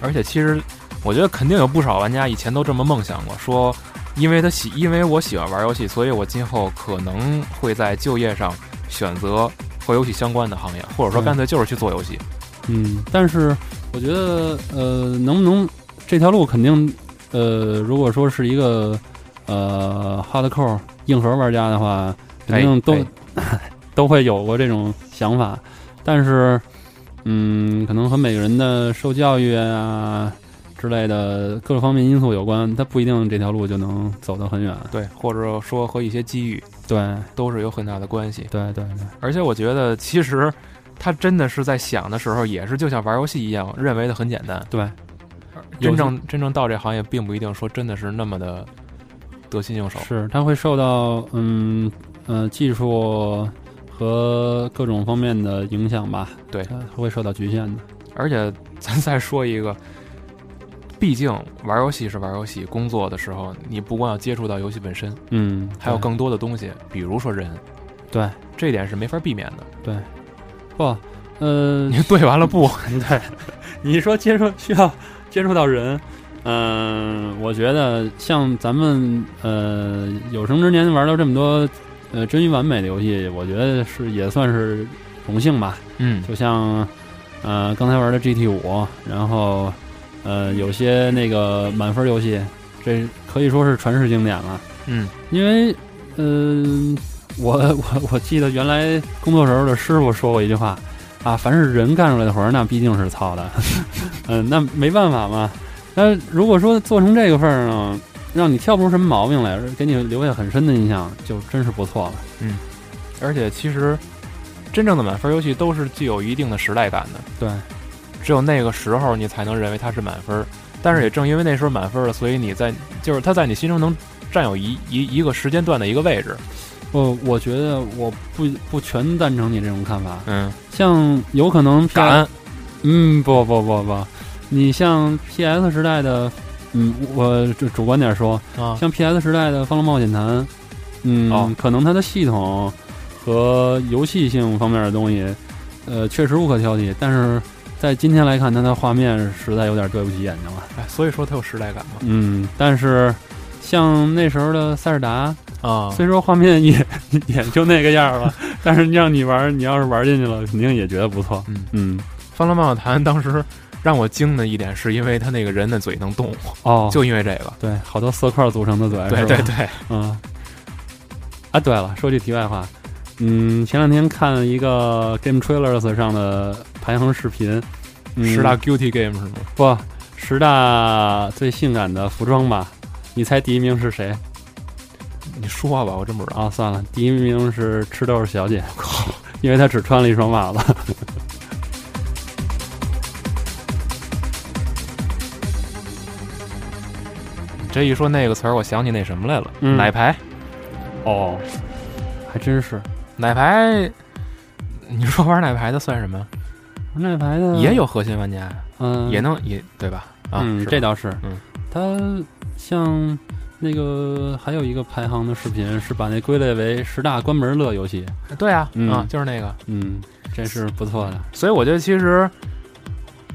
Speaker 2: 而且其实我觉得肯定有不少玩家以前都这么梦想过，说因为他喜，因为我喜欢玩游戏，所以我今后可能会在就业上选择和游戏相关的行业，或者说
Speaker 3: 嗯
Speaker 2: 干脆就是去做游戏。
Speaker 3: 嗯，但是我觉得，呃，能不能这条路肯定，呃，如果说是一个呃 hardcore 硬核玩家的话，肯定都、
Speaker 2: 哎
Speaker 3: 都会有过这种想法。但是，嗯，可能和每个人的受教育啊之类的各方面因素有关，他不一定这条路就能走得很远。
Speaker 2: 对，或者说和一些机遇
Speaker 3: 对，
Speaker 2: 都是有很大的关系。
Speaker 3: 对，对，对，
Speaker 2: 而且我觉得，其实他真的是在想的时候，也是就像玩游戏一样，认为的很简单。
Speaker 3: 对，
Speaker 2: 真正真正到这行业，并不一定说真的是那么的得心应手。
Speaker 3: 是，它会受到嗯呃技术和各种方面的影响吧？
Speaker 2: 对
Speaker 3: 它会受到局限的。
Speaker 2: 而且咱再说一个，毕竟玩游戏是玩游戏，工作的时候你不光要接触到游戏本身，
Speaker 3: 嗯，
Speaker 2: 还有
Speaker 3: 对
Speaker 2: 更多的东西，比如说人。
Speaker 3: 对，
Speaker 2: 这点是没法避免的。
Speaker 3: 不呃，
Speaker 2: 你 对完了不？
Speaker 3: 对，你说接触需要接触到人。嗯、我觉得像咱们呃有生之年玩到这么多呃真于完美的游戏，我觉得是也算是荣幸吧。
Speaker 2: 嗯，
Speaker 3: 就像呃刚才玩的 GT 五，然后呃有些那个满分游戏，这可以说是传世经典了。
Speaker 2: 嗯，
Speaker 3: 因为嗯、我 我我记得原来工作时候的师傅说过一句话啊，凡是人干出来的活儿，那必定是糙的。嗯、那没办法嘛。那如果说做成这个份儿呢，让你挑不出什么毛病来，给你留下很深的印象，就真是不错了。
Speaker 2: 而且其实真正的满分游戏都是具有一定的时代感的。
Speaker 3: 对，
Speaker 2: 只有那个时候，你才能认为它是满分儿。但是也正因为那时候满分了，所以你在就是它在你心中能占有一一一个时间段的一个位置。
Speaker 3: 不，我觉得我不不全赞成你这种看法。
Speaker 2: 嗯，
Speaker 3: 像有可能 P
Speaker 2: 感
Speaker 3: 嗯，不不不不，你像 PS 时代的，嗯，我主主观点说，
Speaker 2: 啊，
Speaker 3: 像 PS 时代的《方浪冒险谭》，嗯，
Speaker 2: 哦
Speaker 3: 可能它的系统和游戏性方面的东西，呃，确实无可挑剔。但是在今天来看，它的画面实在有点对不起眼睛了。
Speaker 2: 哎，所以说它有时代感嘛。
Speaker 3: 嗯，哦但是像那时候的塞尔达，
Speaker 2: 啊，
Speaker 3: 虽说画面也 也就那个样儿吧，但是让你玩儿，你要是玩儿进去了，肯定也觉得不错。
Speaker 2: 嗯
Speaker 3: 嗯，
Speaker 2: 《翻浪漫谈》当时让我惊的一点是因为他那个人的嘴能动，
Speaker 3: 哦，
Speaker 2: 就因为这个。
Speaker 3: 对，好多色块组成的嘴，
Speaker 2: 对
Speaker 3: 是吧
Speaker 2: 对对，
Speaker 3: 嗯，啊，对了，说句题外话，嗯，前两天看一个 Game Trailers 上的排行视频，嗯、
Speaker 2: 十大 guilty game 是吗？
Speaker 3: 不十大最性感的服装吧？你猜第一名是谁？
Speaker 2: 你说吧，我真不知道。
Speaker 3: 啊、算了，第一名是吃豆小姐，因为她只穿了一双袜子。
Speaker 2: 你这一说那个词儿，我想起那什么来了，
Speaker 3: 嗯
Speaker 2: 奶牌，
Speaker 3: 哦，还真是。
Speaker 2: 奶牌。你说玩奶牌的算什么？
Speaker 3: 那牌的
Speaker 2: 也，有核心玩家，
Speaker 3: 嗯、
Speaker 2: 也能也对吧？啊，
Speaker 3: 嗯，
Speaker 2: 是吧
Speaker 3: 这倒是，
Speaker 2: 嗯，
Speaker 3: 它像那个还有一个排行的视频是把那归类为十大关门乐游戏，
Speaker 2: 对啊，
Speaker 3: 嗯
Speaker 2: 啊，就是那个。
Speaker 3: 嗯，这是不错的，
Speaker 2: 所以我觉得其实，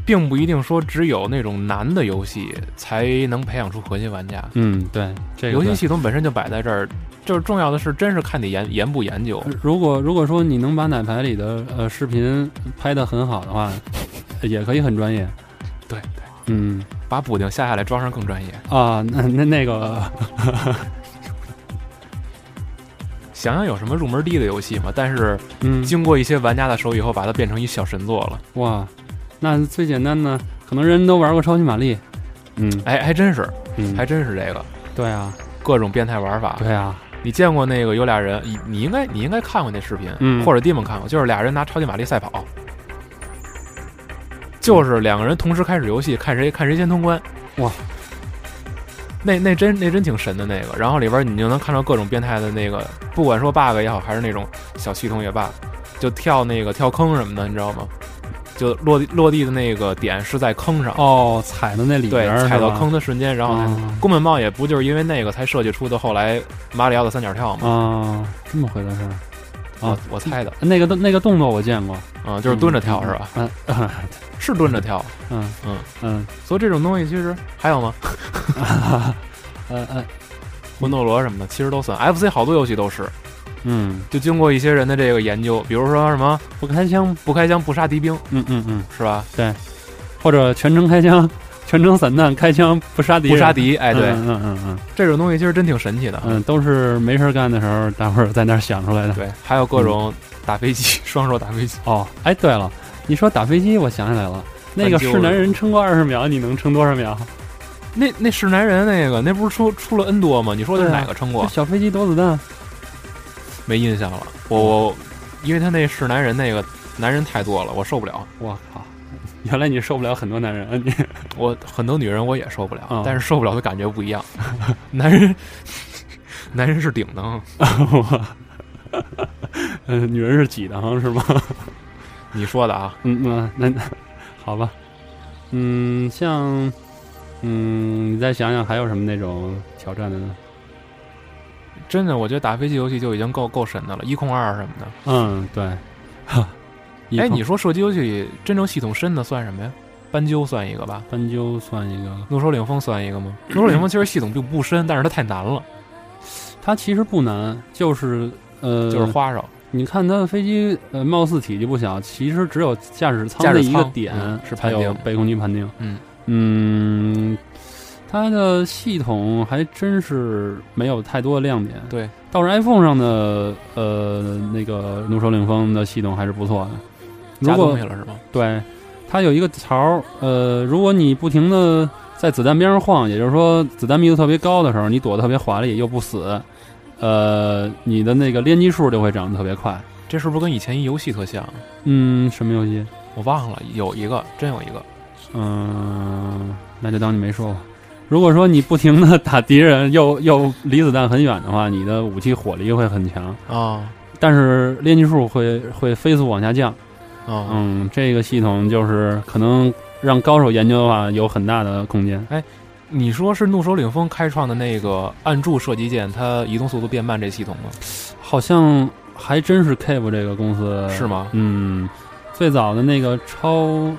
Speaker 2: 并不一定说只有那种难的游戏才能培养出核心玩家。
Speaker 3: 嗯，对，这个
Speaker 2: 游戏
Speaker 3: 对
Speaker 2: 系统本身就摆在这儿，就是重要的是，真是看你研研不研究。
Speaker 3: 如果如果说你能把奶牌里的呃视频拍得很好的话，也可以很专业，
Speaker 2: 对对，
Speaker 3: 嗯
Speaker 2: 把补丁下下来装上更专业。
Speaker 3: 啊，那那那个
Speaker 2: 想想有什么入门低的游戏吗？但是
Speaker 3: 嗯
Speaker 2: 经过一些玩家的手以后，把它变成一小神作了。
Speaker 3: 哇，那最简单的可能人都玩过超级玛丽，嗯
Speaker 2: 哎，还真是，
Speaker 3: 嗯，
Speaker 2: 还真是这个
Speaker 3: 对啊
Speaker 2: 各种变态玩法。
Speaker 3: 对啊，
Speaker 2: 你见过那个有俩人，你你应该你应该看过那视频，
Speaker 3: 嗯
Speaker 2: 或者 Demon 看过，就是俩人拿超级玛丽赛跑，就是两个人同时开始游戏，看谁看谁先通关。
Speaker 3: 哇，
Speaker 2: 那那真那真挺神的那个，然后里边你就能看到各种变态的那个，不管说 bug 也好，还是那种小系统也罢，就跳那个跳坑什么的，你知道吗？就落地落地的那个点是在坑上，
Speaker 3: 哦，踩到那里
Speaker 2: 对
Speaker 3: 边儿，是
Speaker 2: 踩到
Speaker 3: 吧
Speaker 2: 坑的瞬间，然后才
Speaker 3: 啊
Speaker 2: 宫本茂也不就是因为那个才设计出的后来马里奥的三角跳嘛。
Speaker 3: 啊，这么回事儿。
Speaker 2: 啊
Speaker 3: 啊，
Speaker 2: 我猜的
Speaker 3: 那个动那个动作我见过，
Speaker 2: 啊，就是蹲着跳是吧？
Speaker 3: 嗯？嗯
Speaker 2: 是蹲着跳，
Speaker 3: 嗯
Speaker 2: 嗯
Speaker 3: 嗯嗯
Speaker 2: 所以这种东西其实还有吗？
Speaker 3: 呃呃
Speaker 2: 魂斗罗什么的，其实都算。FC 好多游戏都是，
Speaker 3: 嗯，
Speaker 2: 就经过一些人的这个研究，比如说什么
Speaker 3: 不开枪，
Speaker 2: 不开枪不杀敌兵
Speaker 3: 嗯嗯嗯，
Speaker 2: 是吧？
Speaker 3: 或者全程开枪， 全程散弹，开枪不杀敌
Speaker 2: 不
Speaker 3: 人，
Speaker 2: 杀敌，哎，
Speaker 3: 嗯，
Speaker 2: 对，
Speaker 3: 嗯嗯嗯
Speaker 2: 这种东西其实真挺神奇的。
Speaker 3: 嗯，都是没事儿干的时候， 大伙儿在那儿想出来的。
Speaker 2: 对，还有
Speaker 3: 嗯
Speaker 2: 各种打飞机， 双手打飞机，
Speaker 3: 哦，哎，对了，你说打飞机，我想起来了，那个
Speaker 2: 翻
Speaker 3: 是
Speaker 2: 旧了
Speaker 3: 男人撑过二十秒，你能撑多少秒？
Speaker 2: 那那是男人那个，那不是出出了 N 多吗？你说
Speaker 3: 啊
Speaker 2: 的是哪个称过
Speaker 3: 这？小飞机躲子弹，
Speaker 2: 没印象了，我我，因为他那是男人那个男人太多了，我受不了。
Speaker 3: 我靠！原来你受不了很多男人啊！你
Speaker 2: 我很多女人我也受不了，
Speaker 3: 嗯
Speaker 2: 但是受不了的感觉不一样。男人，男人是顶能。
Speaker 3: 我， 呃，女人是挤的哈，是吗？
Speaker 2: 你说的啊，
Speaker 3: 嗯，那那那好吧，嗯，像，嗯，你再想想还有什么那种挑战的呢？
Speaker 2: 真的，我觉得打飞机游戏就已经够够神的了，一控二什么的。
Speaker 3: 嗯，对， 哈，一
Speaker 2: 哎，
Speaker 3: 碰
Speaker 2: 你说射击游戏真正系统深的算什么呀？斑鸠算一个吧，
Speaker 3: 斑鸠算一个，
Speaker 2: 怒手领风算一个吗？怒手领风其实系统并不深，但是它太难了，
Speaker 3: 它其实不难，就是呃，
Speaker 2: 就是花哨。
Speaker 3: 你看它的飞机，呃，貌似体积不小，其实只有驾驶舱
Speaker 2: 驾驶
Speaker 3: 的一个
Speaker 2: 舱
Speaker 3: 点
Speaker 2: 嗯是
Speaker 3: 才
Speaker 2: 判定
Speaker 3: 有被攻击判定。
Speaker 2: 嗯
Speaker 3: 嗯它的系统还真是没有太多的亮点。
Speaker 2: 对，
Speaker 3: 倒是 iPhone 上的呃那个弩手领风的系统还是不错的。如
Speaker 2: 加
Speaker 3: 果
Speaker 2: 东西了是吗？
Speaker 3: 对，它有一个槽儿，呃，如果你不停的在子弹边上晃，也就是说子弹密度特别高的时候，你躲得特别华丽又不死，呃，你的那个连击数就会长得特别快。
Speaker 2: 这是不是跟以前一游戏特像？
Speaker 3: 嗯，什么游戏？
Speaker 2: 我忘了，有一个真有一个，
Speaker 3: 嗯、那就当你没说过。如果说你不停的打敌人，又又离子弹很远的话，你的武器火力会很强，
Speaker 6: 哦
Speaker 3: 但是炼金术会会飞速往下降。
Speaker 6: 哦，
Speaker 3: 嗯，这个系统就是可能让高手研究的话，有很大的空间。
Speaker 2: 你说是怒手领风开创的那个按住射击键，它移动速度变慢这系统吗？
Speaker 3: 好像还真是 Cave 这个公司
Speaker 2: 是？吗？
Speaker 3: 嗯，最早的那个超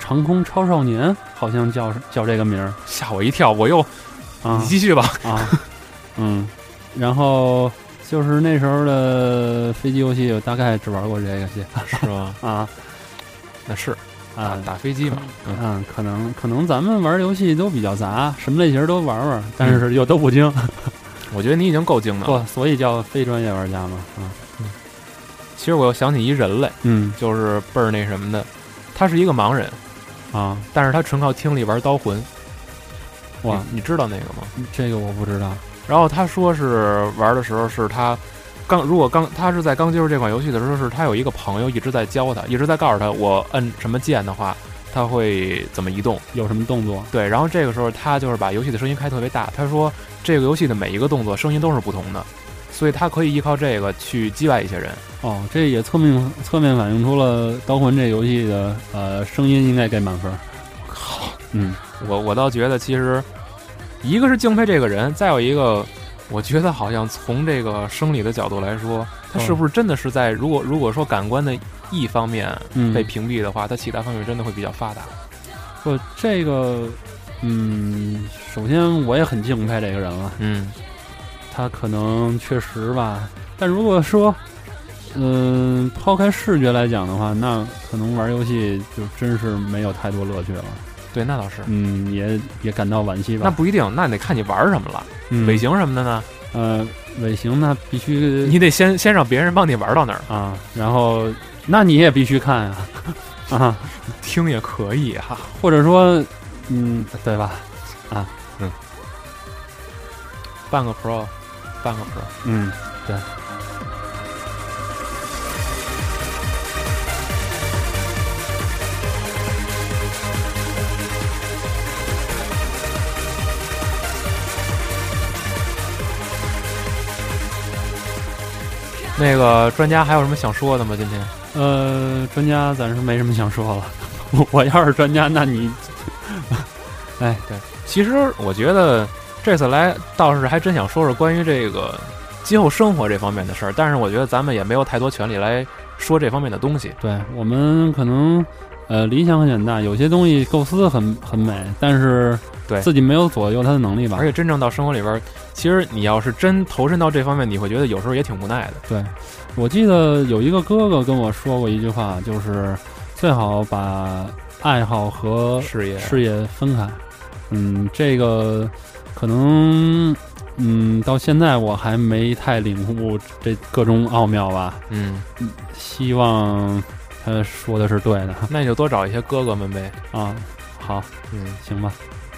Speaker 3: 长空超少年好像叫叫这个名儿
Speaker 2: 吓我一跳！我又
Speaker 3: 啊
Speaker 2: 你继续 吧。
Speaker 3: 啊，嗯，然后就是那时候的飞机游戏，我大概只玩过这个游戏
Speaker 2: 是吗？
Speaker 3: 啊
Speaker 2: 那是打
Speaker 3: 啊
Speaker 2: 打飞机嘛？
Speaker 3: 嗯，可能可能咱们玩游戏都比较杂，什么类型都玩玩，但
Speaker 2: 嗯
Speaker 3: 是又都不精，
Speaker 2: 我觉得你已经够精的
Speaker 3: 不
Speaker 2: 了。，
Speaker 3: 所以叫非专业玩家嘛啊
Speaker 2: 其实我又想起一人来，
Speaker 3: 嗯
Speaker 2: 就是倍儿那什么的，他是一个盲人，
Speaker 3: 啊
Speaker 2: 但是他纯靠听力玩刀魂。
Speaker 3: 哇，
Speaker 2: 你你知道那个吗？
Speaker 3: 这个我不知道
Speaker 2: 然后他说是玩的时候是他刚，如果刚他是在刚接触这款游戏的时候，是他有一个朋友一直在教他，一直在告诉他我摁什么键的话，他会怎么移动。
Speaker 3: 有什么动作
Speaker 2: 对，然后这个时候他就是把游戏的声音开特别大，他说这个游戏的每一个动作声音都是不同的，所以他可以依靠这个去击败一些人。
Speaker 3: 哦，这也侧面侧面反映出了《刀魂》这游戏的呃声音应该给满分。靠，嗯
Speaker 2: 我我倒觉得其实一个是敬佩这个人，再有一个。我觉得好像从这个生理的角度来说，他是不是真的是在如果如果说感官的一方面
Speaker 3: 嗯，
Speaker 2: 被屏蔽的话，它其他方面真的会比较发达。
Speaker 3: 不，这个，嗯，首先我也很敬佩这个人了，
Speaker 2: 嗯，
Speaker 3: 他可能确实吧，但如果说，嗯、抛开视觉来讲的话，那可能玩游戏就真是没有太多乐趣了，
Speaker 2: 对，那倒是。
Speaker 3: 嗯，也也感到惋惜吧。
Speaker 2: 那不一定，那你得看你玩什么了，
Speaker 3: 嗯
Speaker 2: 尾，行什么的呢？
Speaker 3: 呃，尾行那必须
Speaker 2: 你得先先让别人帮你玩到哪儿，
Speaker 3: 啊，然后那你也必须看啊，啊，
Speaker 2: 听也可以哈。
Speaker 3: 或者说，嗯，对吧？
Speaker 2: 半个 Pro，半个 Pro，
Speaker 3: 嗯，
Speaker 2: 那个专家还有什么想说的吗？今天
Speaker 3: 呃，专家暂时没什么想说了。 我我要是专家，那你
Speaker 2: 其实我觉得这次来倒是还真想说说关于这个今后生活这方面的事儿，但是我觉得咱们也没有太多权利来说这方面的东西。
Speaker 3: 对我们可能呃理想很简单，有些东西构思很很美，但是
Speaker 2: 对
Speaker 3: 自己没有左右它的能力吧
Speaker 2: 而。且真正到生活里边儿，其实你要是真投身到这方面，你会觉得有时候也挺无奈的。
Speaker 3: 我记得有一个哥哥跟我说过一句话，就是最好把爱好和
Speaker 2: 事业
Speaker 3: 事业分开。嗯，这个可能嗯到现在我还没太领悟这各种奥妙吧。
Speaker 2: 嗯，
Speaker 3: 希望他说的是对的
Speaker 2: 那你就多找一些哥哥们呗。
Speaker 3: 啊。好，
Speaker 2: 嗯，
Speaker 3: 行吧，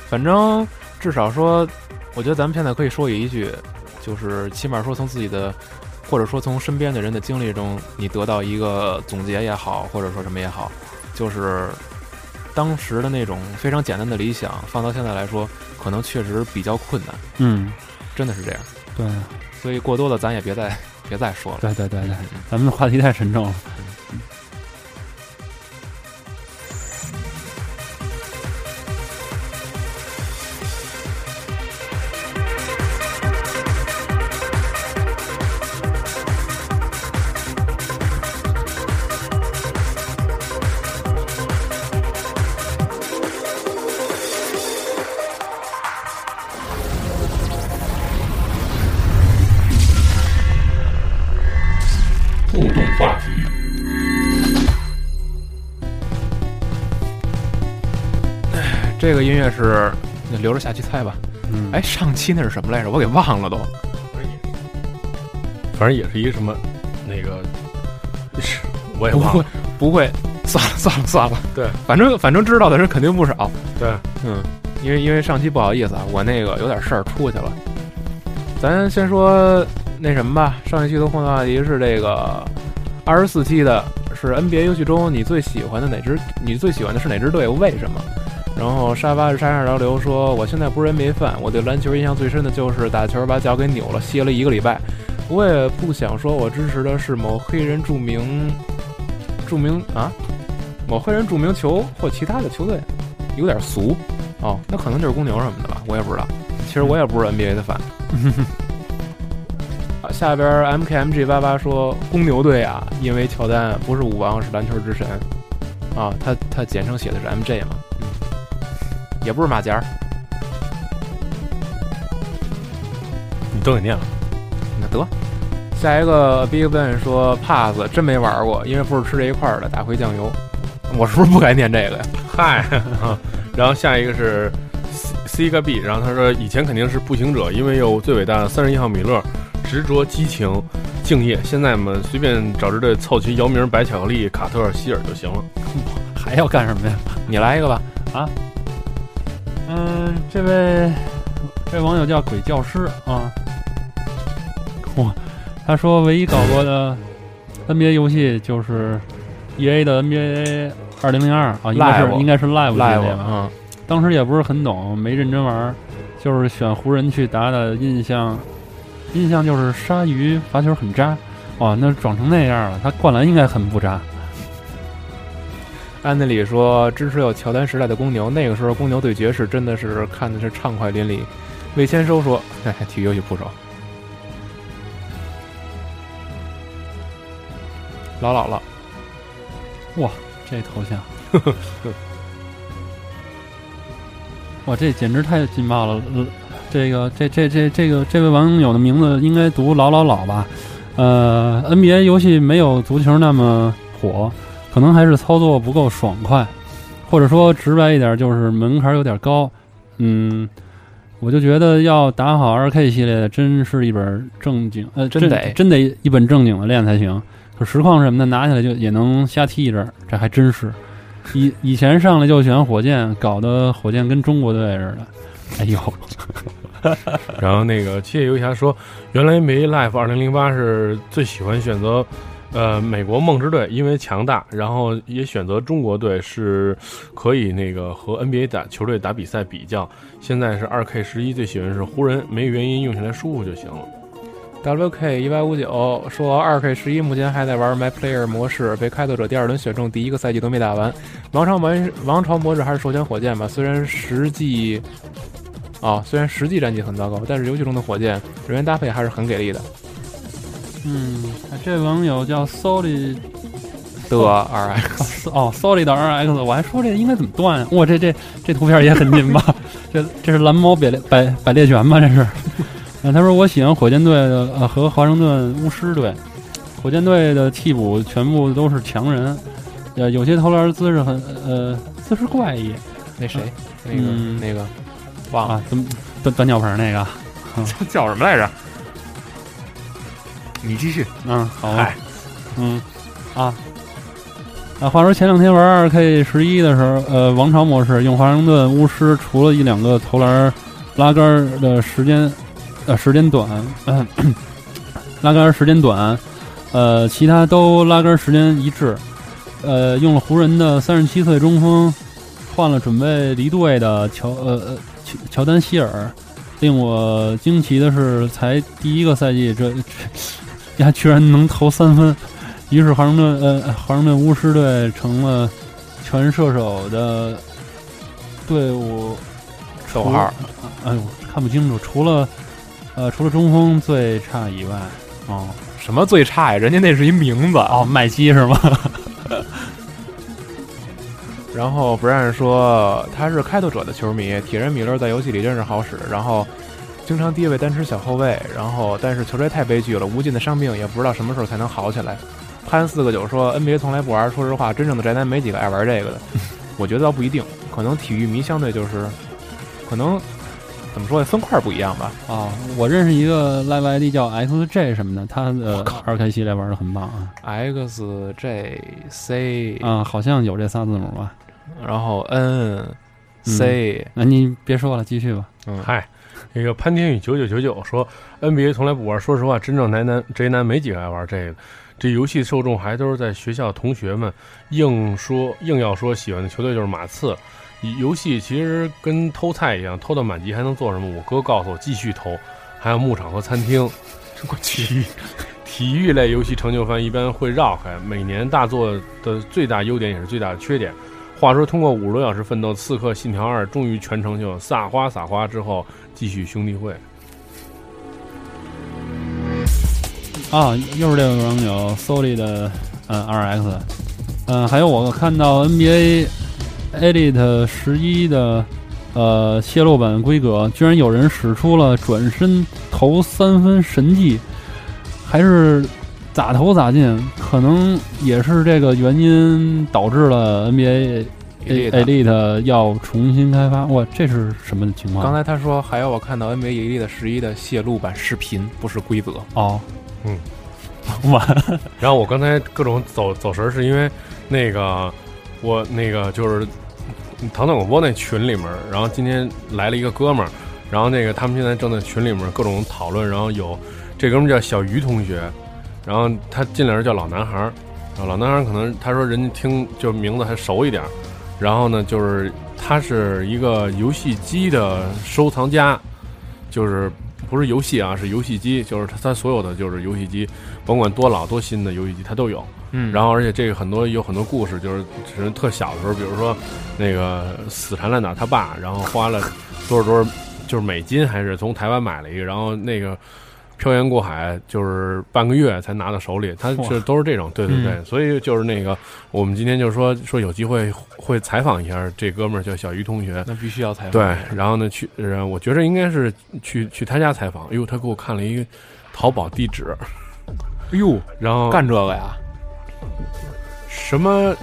Speaker 2: 反正至少说，我觉得咱们现在可以说一句，就是起码说从自己的，或者说从身边的人的经历中，你得到一个总结也好，或者说什么也好，就是当时的那种非常简单的理想，放到现在来说，可能确实比较困难，
Speaker 3: 嗯，
Speaker 2: 真的是这样。
Speaker 3: 对，
Speaker 2: 所以过多的咱也别再别再说了。
Speaker 3: 对对对对
Speaker 2: 嗯，嗯
Speaker 3: 咱们的话题太沉重了。
Speaker 4: 互动话题。
Speaker 2: 这个音乐是你留着下期猜吧。
Speaker 3: 嗯，
Speaker 2: 哎，上期那是什么来着？我给忘了都。
Speaker 1: 反正也是一个什么那个， 是我也
Speaker 2: 不
Speaker 1: 忘
Speaker 2: 会
Speaker 1: 了。，
Speaker 2: 不会，算了算了算了。
Speaker 1: 对，
Speaker 2: 反正反正知道的人肯定不少。
Speaker 1: 对，
Speaker 2: 嗯，因为因为上期不好意思啊，我那个有点事儿出去了。咱先说那什么吧，上一期的互动话题是这个二十四期的，是 NBA 游戏中你最喜欢的哪支？你最喜欢的是哪支队伍？为什么？然后沙发是沙上聊流说，我现在不是人没饭，我对篮球印象最深的就是打球把脚给扭了，歇了一个礼拜。我也不想说我支持的是某黑人著名著名啊，某黑人著名球或其他的球队，有点俗哦，那可能就是公牛什么的吧，我也不知道。其实我也不是 NBA 的fan。啊，下边 MKMG 八八说，公牛队啊，因为乔丹不是舞王，是篮球之神啊，他他简称写的是 MJ 嘛，也不是马甲儿，
Speaker 1: 你都给念了。
Speaker 2: 那得。下一个 Big Ben 说 pass 真没玩过，因为不是吃这一块儿的，打回酱油。我是不是不该念这个呀？
Speaker 1: 嗨， 啊然后下一个是 C C 个 B，然后他说以前肯定是步行者，因为有最伟大的三十一号米勒，执着、激情、敬业。现在嘛，随便找支队凑齐姚明、白巧克力、卡特尔、希尔就行了。
Speaker 3: 还要干什么呀？
Speaker 2: 你来一个吧。
Speaker 3: 嗯，这位这位网友叫鬼教师啊， 哇，他说唯一搞过的 NBA 游戏就是 EA 的 NBA 二零零二啊，应该
Speaker 2: Live
Speaker 3: 是应该是 Live 系
Speaker 2: 赖我
Speaker 3: 列吧？
Speaker 2: 啊！
Speaker 3: 当时也不是很懂，没认真玩儿，就是选湖人去打打印象，印象就是鲨鱼罚球很渣，哇，那撞成那样了，他灌篮应该很不渣。
Speaker 2: 安德里说支持有乔丹时代的公牛，那个时候公牛对爵士真的是看的是畅快淋漓。魏千收说，哎，体育游戏不少。老姥姥，
Speaker 3: 这头像， 哇，这简直太劲爆了！呃这个这这这这个这位网友的名字应该读老老老吧？呃，NBA 游戏没有足球那么火，可能还是操作不够爽快，或者说直白一点就是门槛有点高。嗯，我就觉得要打好 2K 系列的，真是一本正经呃，
Speaker 2: 真
Speaker 3: 真
Speaker 2: 得
Speaker 3: 真得一本正经的练才行。可实况什么的拿起来就也能瞎踢一阵儿，这还真是。以以前上来就选火箭，搞得火箭跟中国队似的。哎呦，
Speaker 1: 然后那个七夜游侠说，原来 NBA Life 二零零八是最喜欢选择。呃，美国梦之队因为强大，然后也选择中国队是可以那个和 NBA 打球队打比赛比较。现在是二 K 十一最喜欢是湖人，没原因用起来舒服就行了。
Speaker 2: WK 一八五九说，二 K 十一目前还在玩 My Player 模式，被开拓者第二轮选中，第一个赛季都没打完。王朝模王朝模式还是首选火箭吧，虽然实际啊、虽然实际战绩很糟糕，但是游戏中的火箭人员搭配还是很给力的。
Speaker 3: 嗯，这网友叫 Solid
Speaker 2: 的 R X
Speaker 3: 哦，Solid RX，我还说这应该怎么断啊？哇，这这这图片也很劲爆，这这是蓝猫百列百百猎犬吗？这是？啊，他说我喜欢火箭队的呃和华盛顿巫师队，火箭队的替补全部都是强人，呃，有些投篮姿势很呃姿势怪异，
Speaker 2: 那谁，那个、
Speaker 3: 嗯
Speaker 2: 那个
Speaker 3: 忘
Speaker 2: 啊
Speaker 3: 了短短短脚盆那个，
Speaker 2: 叫什么来着？
Speaker 1: 你继续，
Speaker 3: 嗯，好吧
Speaker 1: 嗨，
Speaker 3: 嗯，啊啊，话说前两天玩二 K 十一的时候，呃，王朝模式用华盛顿巫师，除了一两个投篮拉杆儿的时间，呃，时间短，咳咳 拉杆儿时间短，呃，其他都拉杆儿时间一致，呃，用了湖人的三十七岁中锋，换了准备离队的乔呃呃乔乔丹希尔。令我惊奇的是，才第一个赛季，这呀，居然能投三分，于是华盛顿呃华盛顿巫师队成了全射手的队伍
Speaker 2: 逗号。
Speaker 3: 哎呦，看不清楚，除了呃除了中锋最差以外，哦
Speaker 2: 什么最差呀？人家那是一名字
Speaker 3: 哦，麦基是吗？
Speaker 2: 然后不让说他是开拓者的球迷，铁人米勒在游戏里真是好使，然后经常低位单吃小后卫，然后但是球队太悲剧了，无尽的伤病也不知道什么时候才能好起来。潘四个九说 NBA 从来不玩，说实话，真正的宅男没几个爱玩这个的，我觉得倒不一定，可能体育迷相对就是，可能怎么说呢，分块不一样吧。
Speaker 3: 哦，我认识一个 Live ID 叫 XJ 什么的，他的二 K 系列玩的很棒啊
Speaker 2: X J C，、
Speaker 3: 啊，好像有这仨字母吧？
Speaker 2: 然后 N C，、
Speaker 1: 嗯
Speaker 3: 那你别说了，继续吧。
Speaker 1: 嗨，那个潘天宇九九九九说，NBA 从来不玩，说实话，真正宅男宅男没几个爱玩这个。这游戏受众还都是在学校同学们，硬说硬要说喜欢的球队就是马刺，游戏其实跟偷菜一样，偷到满级还能做什么？我哥告诉我继续偷，还有牧场和餐厅。我体体育类游戏成就番一般会绕开，每年大作的最大优点也是最大的缺点。话说，通过五十多小时奋斗，《刺客信条二》终于全成就，撒花撒花之后，继续兄弟会。
Speaker 3: 啊，又是六个网友 Soli 的嗯 RX，嗯，还有我看到 NBA Elite 十一的呃泄露版规格，居然有人使出了转身投三分神技，还是咋投咋进，可能也是这个原因导致了 NBA
Speaker 2: Elite
Speaker 1: 哎
Speaker 3: Elite 要重新开发。哇，这是什么情
Speaker 1: 啊
Speaker 3: 况？
Speaker 2: 刚才他说还有我看到 NBA 一力的十一的泄露版视频，不是规则。
Speaker 3: 哦，
Speaker 1: 嗯，
Speaker 3: 完
Speaker 1: 然后我刚才各种走走神儿，是因为那个我那个就是唐唐广播那群里面儿，然后今天来了一个哥们儿，然后那个他们现在正在群里面儿各种讨论，然后有这哥们儿叫小鱼同学，然后他进来时候叫老男孩儿，然后老男孩儿可能他说人家听就名字还熟一点儿，然后呢就是他是一个游戏机的收藏家，就是不是游戏啊是游戏机，就是他他所有的就是游戏机，甭管多老多新的游戏机他都有。
Speaker 2: 嗯
Speaker 1: 然后而且这个很多有很多故事，就是只是特小的时候，比如说那个死缠烂打他爸，然后花了多少多少，就是美金还是从台湾买了一个，然后那个漂洋过海就是半个月才拿到手里，他
Speaker 3: 哇
Speaker 1: 这都是这种，对对对，
Speaker 2: 嗯
Speaker 1: 所以就是那个我们今天就说说有机会会采访一下这哥们儿叫小鱼同学，
Speaker 2: 那必须要采访。
Speaker 1: 对，然后呢去，然后我觉着应该是去去他家采访，哎呦，他给我看了一个淘宝地址，
Speaker 2: 哎呦，
Speaker 1: 然后
Speaker 2: 干这个呀！
Speaker 1: 什么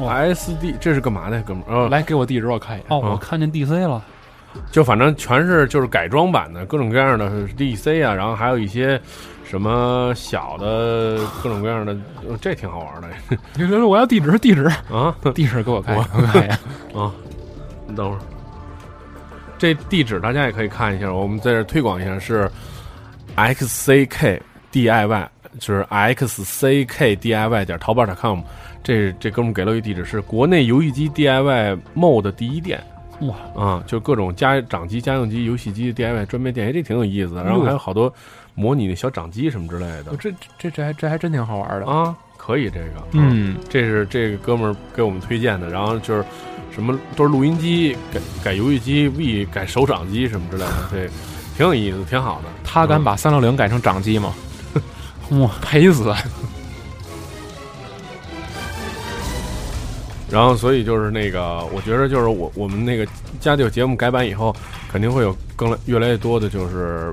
Speaker 3: 哇
Speaker 1: SD 这是干嘛的，哥们儿？呃，
Speaker 2: 哦来给我地址，我看一眼。
Speaker 3: 哦，
Speaker 1: 嗯
Speaker 3: 我看见 DC 了。
Speaker 1: 就反正全是就是改装版的各种各样的 DC 啊，然后还有一些什么小的各种各样的，呃这挺好玩的
Speaker 2: 你说我要地址，地址，
Speaker 1: 啊
Speaker 2: 地址给我看一眼，我看一眼。
Speaker 1: 啊！你等会儿，这地址大家也可以看一下，我们在这推广一下是 xckdiy，就是 xckdiy 点淘宝点 com。这这哥们给了一地址，是国内游戏机 DIY MOD 的第一店。
Speaker 3: 哇
Speaker 1: 啊，就各种家掌机、家用机、游戏机 DIY 专卖店，哎，这挺有意思的。然后还有好多模拟的小掌机什么之类的
Speaker 2: 哦这这这还这还真挺好玩的。
Speaker 1: 啊，可以这个。，
Speaker 2: 嗯，
Speaker 1: 这是这个哥们儿给我们推荐的。然后就是什么都是录音机改改游戏机 V 改手掌机什么之类 的，对，挺有意思，挺好的。
Speaker 2: 他敢把三六零改成掌机吗？
Speaker 3: 哇，
Speaker 2: 赔死！
Speaker 1: 然后所以就是那个，我觉得就是我我们那个家教节目改版以后，肯定会有更来越来越多的就是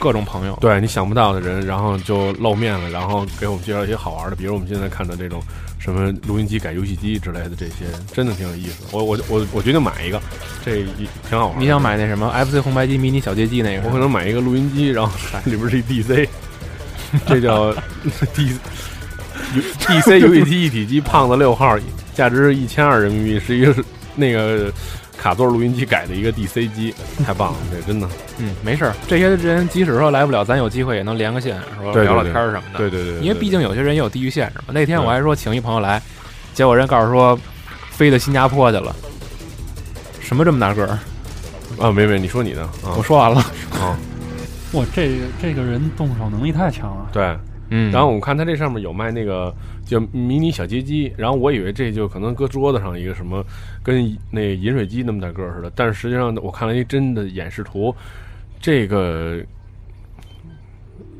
Speaker 2: 各种朋友，
Speaker 1: 对你想不到的人，然后就露面了，然后给我们介绍一些好玩的，比如我们现在看的这种什么录音机改游戏机之类的，这些真的挺有意思。我我我我决定买一个，这一挺好玩的。
Speaker 2: 你想买那什么 FC 红白机迷你小街机那
Speaker 1: 我可
Speaker 2: 个？
Speaker 1: 能买一个录音机，然后里边是一 DC，这叫 D DC 游戏机一体机，胖子六号，价值一千二人民币，是一个那个卡座录音机改的一个 DC 机，太棒了，这 真的。
Speaker 2: 嗯，没事儿，这些人即使说来不了，咱有机会也能连个线，说
Speaker 1: 对对
Speaker 2: 聊聊
Speaker 1: 对
Speaker 2: 天儿什么的。
Speaker 1: 对对对对，
Speaker 2: 因为
Speaker 1: 对
Speaker 2: 毕竟有些人也有地域限制嘛。那天
Speaker 1: 对
Speaker 2: 我还说请一朋友来，结果人告诉说飞到新加坡去了。什么这么大个儿？
Speaker 1: 啊，没没，你说你的啊
Speaker 2: 我，说完了。
Speaker 1: 啊，
Speaker 3: 哇，这这个人动手能力太强了。
Speaker 1: 对。
Speaker 2: 嗯
Speaker 1: 然后我看他这上面有卖那个叫迷你小街机，然后我以为这就可能搁桌子上一个什么跟那饮水机那么大个儿似的，但是实际上呢我看了一真的演示图，这个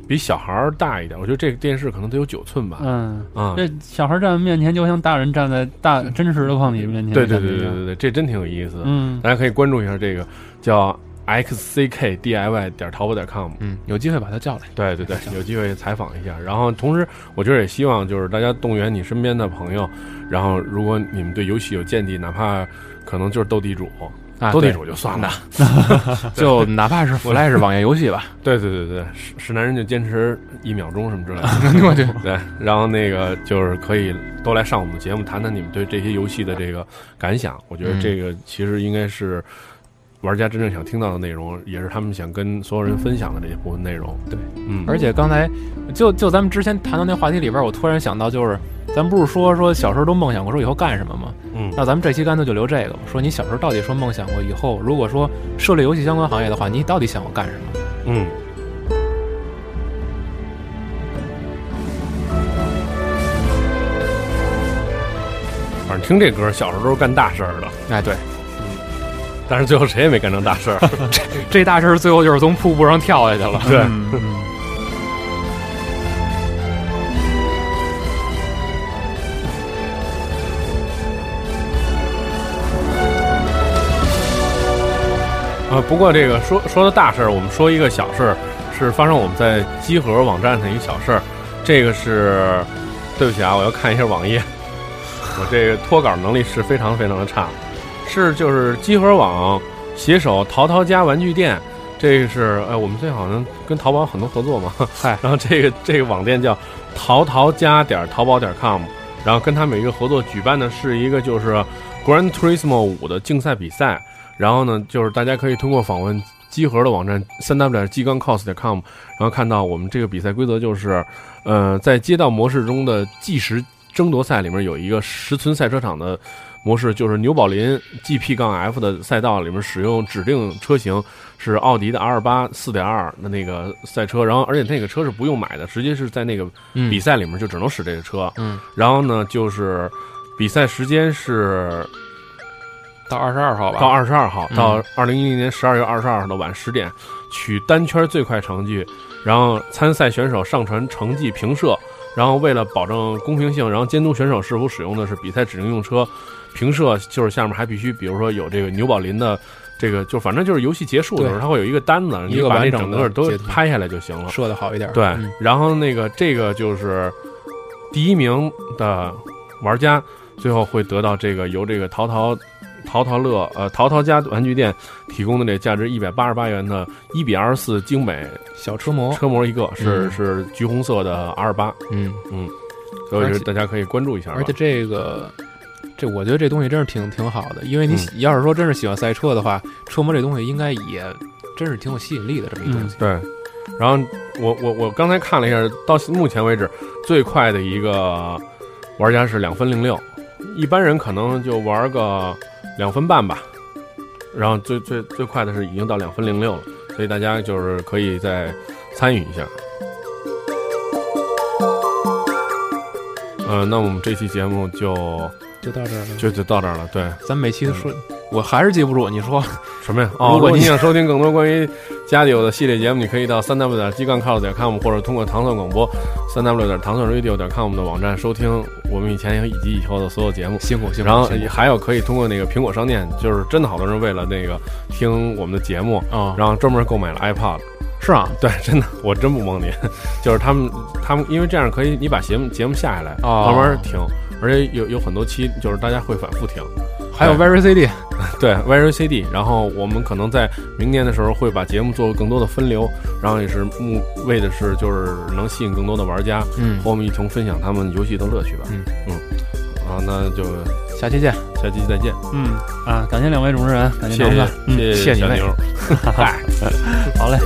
Speaker 1: 比小孩儿大一点，我觉得这个电视可能得有九寸吧，
Speaker 3: 嗯，
Speaker 1: 啊、
Speaker 3: 这小孩站面前就像大人站在大真实的矿体面前。
Speaker 1: 对对对对对。对，这真挺有意思的，
Speaker 3: 嗯，
Speaker 1: 大家可以关注一下这个叫 xckdiy 点淘宝点 com，
Speaker 2: 嗯，有机会把他叫来。
Speaker 1: 对对对，有机会采访一下。然后同时，我觉得也希望就是大家动员你身边的朋友，然后如果你们对游戏有见地，哪怕可能就是斗地主，
Speaker 2: 啊，
Speaker 1: 斗地
Speaker 2: 对，
Speaker 1: 主就算了。
Speaker 2: 就哪怕是 Flash 网页游戏 吧。
Speaker 1: 对对对对，是是男人就坚持一秒钟什么之类的。
Speaker 2: 我去，
Speaker 1: 对，然后那个就是可以都来上我们的节目，谈谈你们对这些游戏的这个感想。我觉得
Speaker 2: 嗯
Speaker 1: 这个其实应该是玩家真正想听到的内容，也是他们想跟所有人分享的这些部分内容。
Speaker 2: 对，
Speaker 1: 嗯，
Speaker 2: 而且刚才就就咱们之前谈到那话题里边，我突然想到，就是咱不是说说小时候都梦想过说以后干什么吗？
Speaker 1: 嗯
Speaker 2: 那咱们这期干脆就留这个吧。说你小时候到底说梦想过以后，如果说涉猎游戏相关行业的话，你到底想要干什么？
Speaker 1: 嗯。反正听这歌，小时候都是干大事儿的，
Speaker 2: 哎，对，
Speaker 1: 但是最后谁也没干成大事儿。
Speaker 2: 这大事儿最后就是从瀑布上跳下去了。
Speaker 1: 对，啊，不过这个说说的大事儿，我们说一个小事儿，是发生我们在集合网站上一个小事儿。这个是，对不起啊，我要看一下网页，我这个脱稿能力是非常非常的差。是就是集合网携手淘淘家玩具店，这个是哎，我们这好像跟淘宝很多合作嘛，
Speaker 2: 嗨，
Speaker 1: 然后这个这个网店叫淘淘家点儿淘宝点儿 com，然后跟他们有一个合作，举办的是一个就是 Gran Turismo 五的竞赛比赛。然后呢，就是大家可以通过访问机核的网站三 w 点机刚 cos 点 com，然后看到我们这个比赛规则就是，呃，在街道模式中的计时争夺赛里面有一个实存赛车场的模式，就是纽宝林 GP 杠 F 的赛道里面使用指定车型是奥迪的 R 八四点二的那个赛车，然后而且那个车是不用买的，直接是在那个
Speaker 2: 嗯
Speaker 1: 比赛里面就只能使这个车。
Speaker 2: 嗯，
Speaker 1: 然后呢，就是比赛时间是
Speaker 2: 嗯到二十二号吧，
Speaker 1: 到二十二号，
Speaker 2: 嗯
Speaker 1: 到二零一零年十二月二十二号的晚十点，取单圈最快成绩，然后参赛选手上传成绩评社，然后为了保证公平性，然后监督选手是否使用的是比赛指定用车，评社就是下面还必须，比如说有这个牛宝林的。这个就反正就是游戏结束的时候，
Speaker 2: 对
Speaker 1: 它会有一个单子，
Speaker 2: 一
Speaker 1: 你
Speaker 2: 个
Speaker 1: 把
Speaker 2: 完
Speaker 1: 那
Speaker 2: 整
Speaker 1: 整
Speaker 2: 的
Speaker 1: 个都
Speaker 2: 截图
Speaker 1: 拍下来就行了。
Speaker 2: 设的好一点。
Speaker 1: 对，
Speaker 2: 嗯
Speaker 1: 然后那个这个就是第一名的玩家，最后会得到这个由这个淘淘淘淘乐呃淘淘家玩具店提供的这价值一百八十八元的一比二十四精美
Speaker 2: 小车模，
Speaker 1: 车模一个，是
Speaker 2: 哦嗯
Speaker 1: 是橘红色的 R 八，
Speaker 2: 嗯，
Speaker 1: 所以我觉
Speaker 2: 而
Speaker 1: 得
Speaker 2: 且
Speaker 1: 大家可以关注一下吧。
Speaker 2: 而且这个，这我觉得这东西真是挺挺好的，因为你喜、要是说真是喜欢赛车的话，车模这东西应该也真是挺有吸引力的这么一东西。
Speaker 1: 对，然后我我我刚才看了一下，到目前为止最快的一个玩家是两分零六，一般人可能就玩个两分半吧，然后最最最快的是已经到两分零六了，所以大家就是可以再参与一下。呃，那我们这期节目就
Speaker 2: 就到这儿了，
Speaker 1: 就就到这儿了。对，
Speaker 2: 咱们每期都说，我还是记不住，你说
Speaker 1: 什么呀？哦，
Speaker 2: 啊如
Speaker 1: 如
Speaker 2: 果
Speaker 1: 果
Speaker 2: 你
Speaker 1: 你想收听更多关于家里有的系列节目，你可以到三 w 点机杠 cos 点 com 或者通过糖蒜广播三 w 点糖蒜 radio 点 com 的网站收听我们以前以及以后的所有节目。
Speaker 2: 辛苦辛苦。
Speaker 1: 然后
Speaker 2: 辛苦
Speaker 1: 还有可以通过那个苹果商店，就是真的好多人为了那个听我们的节目，
Speaker 2: 啊、
Speaker 1: 然后专门购买了 iPod。
Speaker 2: 是啊
Speaker 1: 对，真的，我真不蒙你， 就是他们他们因为这样可以你把节目节目下下来，
Speaker 2: 哦
Speaker 1: 慢慢听，而且有有很多期就是大家会反复听。
Speaker 2: 还有 Very CD，
Speaker 1: 对 v r CD，然后我们可能在明年的时候会把节目做更多的分流，然后也是目为的是就是能吸引更多的玩家
Speaker 2: 嗯，
Speaker 1: 和我们一同分享他们游戏的乐趣吧。
Speaker 2: 嗯
Speaker 1: 嗯，啊，那就
Speaker 2: 下期见。
Speaker 1: 下期再见，
Speaker 3: 嗯啊，感谢两位主持人，感谢
Speaker 1: 谢
Speaker 3: 唐
Speaker 1: 谢
Speaker 3: 哥，嗯
Speaker 1: 谢
Speaker 2: 谢谢你
Speaker 1: 小
Speaker 2: 嘞
Speaker 1: 牛，嗨。
Speaker 3: 好嘞，